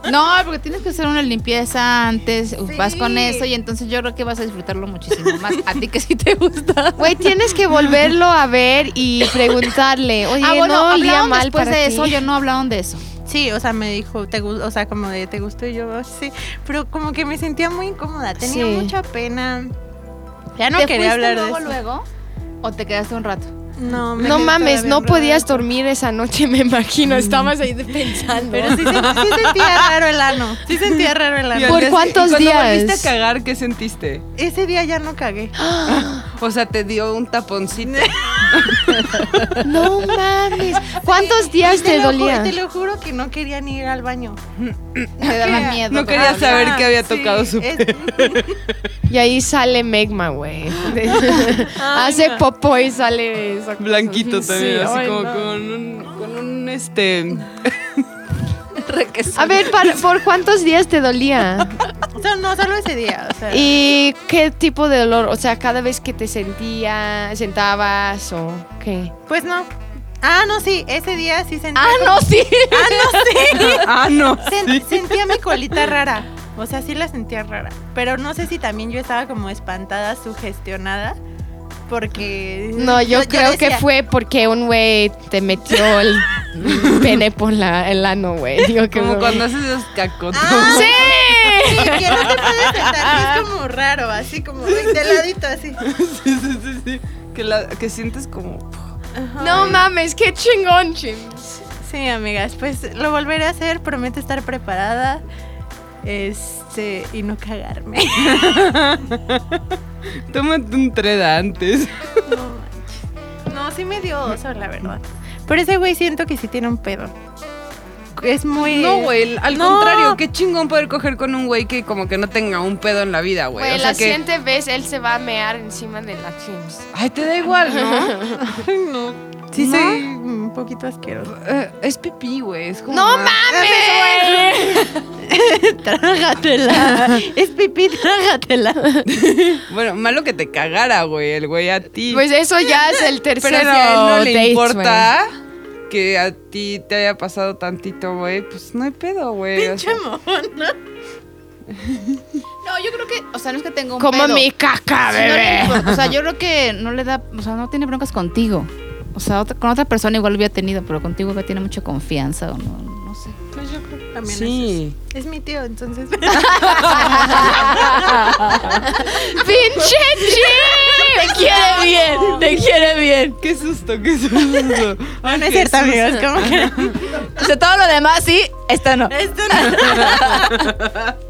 Speaker 2: No, porque tienes que hacer una limpieza antes,
Speaker 4: Sí.
Speaker 2: vas con eso y entonces yo creo que vas a disfrutarlo muchísimo más. A ti que sí te gusta.
Speaker 1: Güey, tienes que volverlo a ver y preguntarle. Oye,
Speaker 2: ah, bueno,
Speaker 1: no olía
Speaker 2: hablaron
Speaker 1: mal
Speaker 2: después
Speaker 1: para
Speaker 2: de
Speaker 1: ti?"
Speaker 2: eso, yo no hablaron de eso.
Speaker 4: Sí, o sea, me dijo, te gus- o sea, como de te gustó y yo, "Ah, sí, pero como que me sentía muy incómoda, tenía
Speaker 1: Sí.
Speaker 4: mucha pena. Ya no
Speaker 2: ¿Te
Speaker 4: quería
Speaker 2: fuiste
Speaker 4: hablar de
Speaker 2: luego,
Speaker 4: eso.
Speaker 2: luego o te quedaste un rato?
Speaker 4: No, me
Speaker 1: No
Speaker 4: quedé
Speaker 1: mames,
Speaker 4: todavía
Speaker 1: no
Speaker 4: un rato.
Speaker 1: podías dormir esa noche, me imagino. Estabas ahí de- pensando.
Speaker 4: Pero sí, sen- sí sentía raro el ano. Sí sentía raro el
Speaker 3: Y al
Speaker 4: ano.
Speaker 1: ¿Por
Speaker 3: día-
Speaker 1: cuántos
Speaker 3: y cuando
Speaker 1: días?
Speaker 3: volviste a cagar, ¿qué sentiste?
Speaker 4: Ese día ya no cagué.
Speaker 3: O sea, te dio un taponcito.
Speaker 1: No mames. ¿Cuántos días te,
Speaker 4: lo ju-
Speaker 1: dolía?
Speaker 4: Te lo juro que no quería ni ir al baño. Ah,
Speaker 2: Te daba miedo.
Speaker 3: No quería
Speaker 2: todavía.
Speaker 3: saber qué había
Speaker 4: Sí,
Speaker 3: tocado su...
Speaker 4: es-
Speaker 1: Y ahí sale Megma, güey. Hace popó y sale esa cosa.
Speaker 3: Blanquito
Speaker 1: Sí,
Speaker 3: también, así
Speaker 1: ay,
Speaker 3: como
Speaker 1: no.
Speaker 3: con un... Con un, este...
Speaker 1: A ver, para- ¿por cuántos días te dolía?
Speaker 4: o sea, no, solo ese día. O sea,
Speaker 1: ¿Y qué tipo de dolor? O sea, cada vez que te sentía, sentabas o qué.
Speaker 4: Pues no. Ah, no, sí, ese día sí sentía.
Speaker 2: Ah, no, sí.
Speaker 3: Ah, no.
Speaker 4: Sen- Sentía mi colita rara. O sea, sí la sentía rara. Pero no sé si también yo estaba como espantada, sugestionada. Porque.
Speaker 1: No, yo, creo que
Speaker 4: decía,
Speaker 1: fue porque un güey te metió el pene por la, el ano, güey. Digo que
Speaker 3: Como
Speaker 1: no.
Speaker 3: cuando haces esos cacotos.
Speaker 4: Ah,
Speaker 1: ¡Sí!
Speaker 4: sí, que no te puedes sentar, es como raro, así como de ladito, así.
Speaker 3: Sí, sí, sí, sí. Que, la- que sientes como...
Speaker 1: No mames, qué chingón, Jim.
Speaker 4: Sí, amigas, pues lo volveré a hacer, prometo estar preparada. Este, y no cagarme.
Speaker 3: Tómate un treda antes.
Speaker 4: No, manches. No, sí me dio oso, la verdad. Pero ese güey siento que sí tiene un pedo. Es muy.
Speaker 3: No, güey, al
Speaker 4: No.
Speaker 3: contrario, qué chingón poder coger con un güey que como que no tenga un pedo en la vida, güey.
Speaker 1: Güey,
Speaker 3: o sea
Speaker 1: la
Speaker 3: que...
Speaker 1: siguiente vez él se va a mear encima de la James.
Speaker 3: Ay, te da igual, ¿no?
Speaker 4: Sí,
Speaker 3: ¿No?
Speaker 4: soy un poquito asqueroso.
Speaker 3: Eh, es pipí, güey. Es como
Speaker 1: ¡No
Speaker 3: más-
Speaker 1: mames, güey!
Speaker 4: Trágatela. es pipí, trágatela.
Speaker 3: Bueno, malo que te cagara, güey, el güey a ti.
Speaker 1: Pues eso ya es el tercero.
Speaker 3: Pero si a él no le
Speaker 1: date,
Speaker 3: importa que a ti te haya pasado tantito, güey, pues no hay pedo, güey. o sea.
Speaker 2: No, yo creo que, o sea, no es que tengo
Speaker 1: güey.
Speaker 2: un
Speaker 1: Como
Speaker 2: pedo.
Speaker 1: mi caca,
Speaker 2: Sí, no le
Speaker 1: bebé.
Speaker 2: importa. o sea, yo creo que no le da, o sea, no tiene broncas contigo. O sea, otra- con otra persona igual hubiera tenido, pero contigo que tiene mucha confianza o no, no sé.
Speaker 4: Pues yo creo que también
Speaker 3: Sí. Ah,
Speaker 4: es eso. Es mi tío, entonces.
Speaker 1: ¡Pinche Jim! Te quiere bien, te quiere bien.
Speaker 3: Qué susto, qué susto. Ay,
Speaker 4: no es cierto,
Speaker 3: Jesús.
Speaker 4: amigos. ¿Cómo que?
Speaker 2: O sea, todo lo demás sí, esta no.
Speaker 4: Esto no.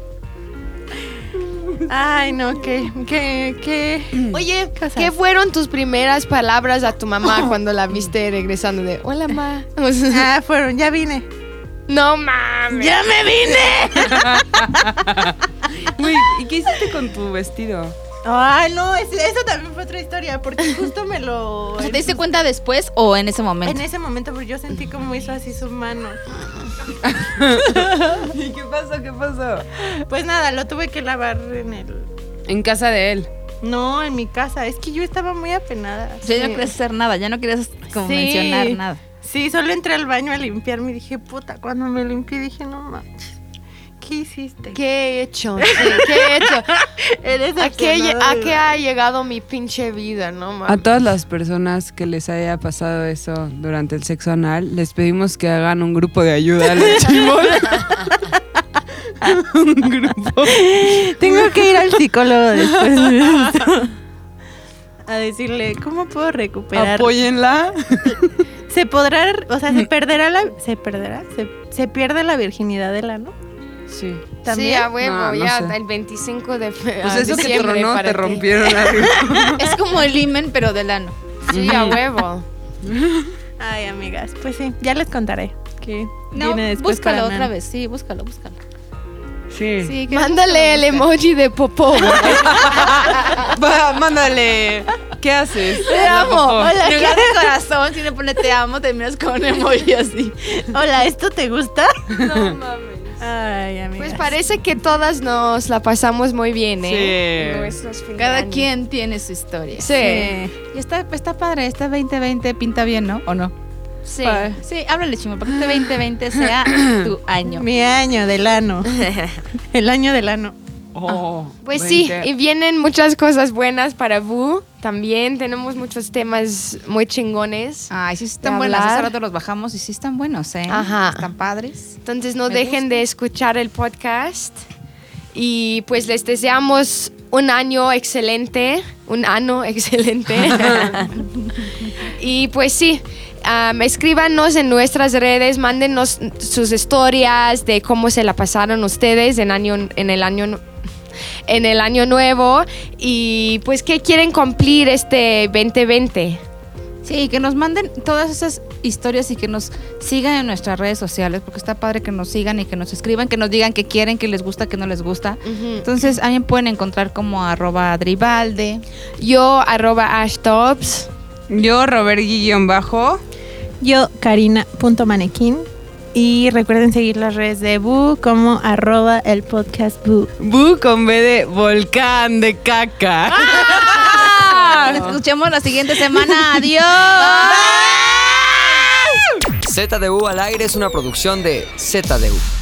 Speaker 4: Ay, no, qué, qué, qué.
Speaker 1: Oye,
Speaker 4: Cosas.
Speaker 1: ¿qué fueron tus primeras palabras a tu mamá cuando la viste regresando de hola, ma? O sea,
Speaker 4: Ah, fueron, ya vine.
Speaker 1: no mames.
Speaker 4: ¡Ya me vine!
Speaker 3: Güey, ¿y qué hiciste con tu vestido?
Speaker 4: Ay, no, es- eso también fue otra historia, porque justo me lo.
Speaker 2: O sea, ¿te diste cuenta después o en ese
Speaker 4: En
Speaker 2: momento?
Speaker 4: ese momento, porque yo sentí como hizo así su mano.
Speaker 3: ¿Y qué pasó? ¿Qué pasó?
Speaker 4: Pues nada, lo tuve que lavar en el.
Speaker 3: En casa de él.
Speaker 4: No, en mi casa. Es que yo estaba muy apenada.
Speaker 2: O sea, ya no querías hacer nada, ya no querías como
Speaker 4: Sí.
Speaker 2: mencionar nada.
Speaker 4: Sí, solo entré al baño a limpiarme y dije, puta, cuando me limpié dije, no manches, ¿qué hiciste?
Speaker 1: ¿Qué he hecho? Sí, ¿Qué he hecho?
Speaker 4: Eres
Speaker 1: ¿A qué, lle-
Speaker 4: obstinada.
Speaker 1: a qué ha llegado mi pinche vida? No
Speaker 3: A
Speaker 1: mames.
Speaker 3: todas las personas que les haya pasado eso durante el sexo anal, les pedimos que hagan un grupo de ayuda al chimol. un grupo.
Speaker 4: Tengo que ir al psicólogo después de esto. A decirle, ¿cómo puedo recuperar?
Speaker 3: Apóyenla.
Speaker 4: ¿Se podrá, o sea, se perderá la, se perderá, se, se pierde la virginidad del ano?
Speaker 3: Sí.
Speaker 1: Sí,
Speaker 4: ¿También?
Speaker 1: a huevo,
Speaker 3: No, no
Speaker 1: ya
Speaker 3: sé.
Speaker 1: el 25 de fe-
Speaker 3: Pues
Speaker 1: a
Speaker 3: eso que
Speaker 1: Ah, diciembre
Speaker 3: tronó,
Speaker 1: para
Speaker 3: te
Speaker 1: ti.
Speaker 3: rompieron algo.
Speaker 2: Es como el imen, pero del ano.
Speaker 1: Sí, a huevo.
Speaker 4: Ay, amigas, pues sí, ya les contaré.
Speaker 6: que
Speaker 8: No,
Speaker 6: viene después
Speaker 8: búscalo
Speaker 6: para
Speaker 8: otra
Speaker 6: Nan.
Speaker 8: vez, sí, búscalo, búscalo.
Speaker 3: Sí.
Speaker 8: Sí, que-
Speaker 1: Mándale el emoji de popó.
Speaker 3: Va, mándale. ¿Qué haces?
Speaker 8: Te amo.
Speaker 6: Hola,
Speaker 8: en lugar de corazón, si le pone te amo, terminas con un emoji así.
Speaker 4: Hola, ¿esto te gusta?
Speaker 6: No mames.
Speaker 8: Ay, amiga.
Speaker 1: Pues parece que todas nos la pasamos muy bien, ¿eh?
Speaker 3: Sí.
Speaker 1: En nuestros fin de
Speaker 8: Cada
Speaker 1: año.
Speaker 8: quien tiene su historia.
Speaker 1: Sí.
Speaker 2: Y está, está padre, este 2020 pinta bien, ¿no? ¿O no?
Speaker 1: Sí.
Speaker 8: Pa- Sí, háblale, chimo, para que este 2020 sea tu año.
Speaker 4: Mi año del ano. El año del ano.
Speaker 3: Oh,
Speaker 1: Pues
Speaker 3: 20.
Speaker 1: sí, y vienen muchas cosas buenas para Vu. También tenemos muchos temas muy chingones.
Speaker 2: Ay, sí, sí están
Speaker 1: De
Speaker 2: buenos.
Speaker 1: hablar.
Speaker 2: Hace rato los bajamos y sí están buenos, ¿eh?
Speaker 1: Ajá.
Speaker 2: Están padres.
Speaker 1: Entonces no
Speaker 2: Me
Speaker 1: dejen
Speaker 2: gusta.
Speaker 1: de escuchar el podcast. Y pues les deseamos un año excelente, un ano excelente. y pues sí, am, escríbanos en nuestras redes, mándenos sus historias de cómo se la pasaron ustedes en, año, en el año en el año nuevo y pues qué quieren cumplir este 2020.
Speaker 2: Sí, que nos manden todas esas historias y que nos sigan en nuestras redes sociales, porque está padre que nos sigan y que nos escriban, que nos digan que quieren, que les gusta, que no les gusta. Entonces, a mí me pueden encontrar como arroba dribalde.
Speaker 1: Yo arroba ashtops.
Speaker 3: Yo, Robert Guillón Bajo.
Speaker 4: Yo, Karina.manequín. Y recuerden seguir las redes de Boo como arroba el podcast Boo.
Speaker 3: Bu con B de volcán de caca.
Speaker 2: Nos escuchemos la siguiente semana. Adiós.
Speaker 9: ZDU al aire es una producción de ZDU.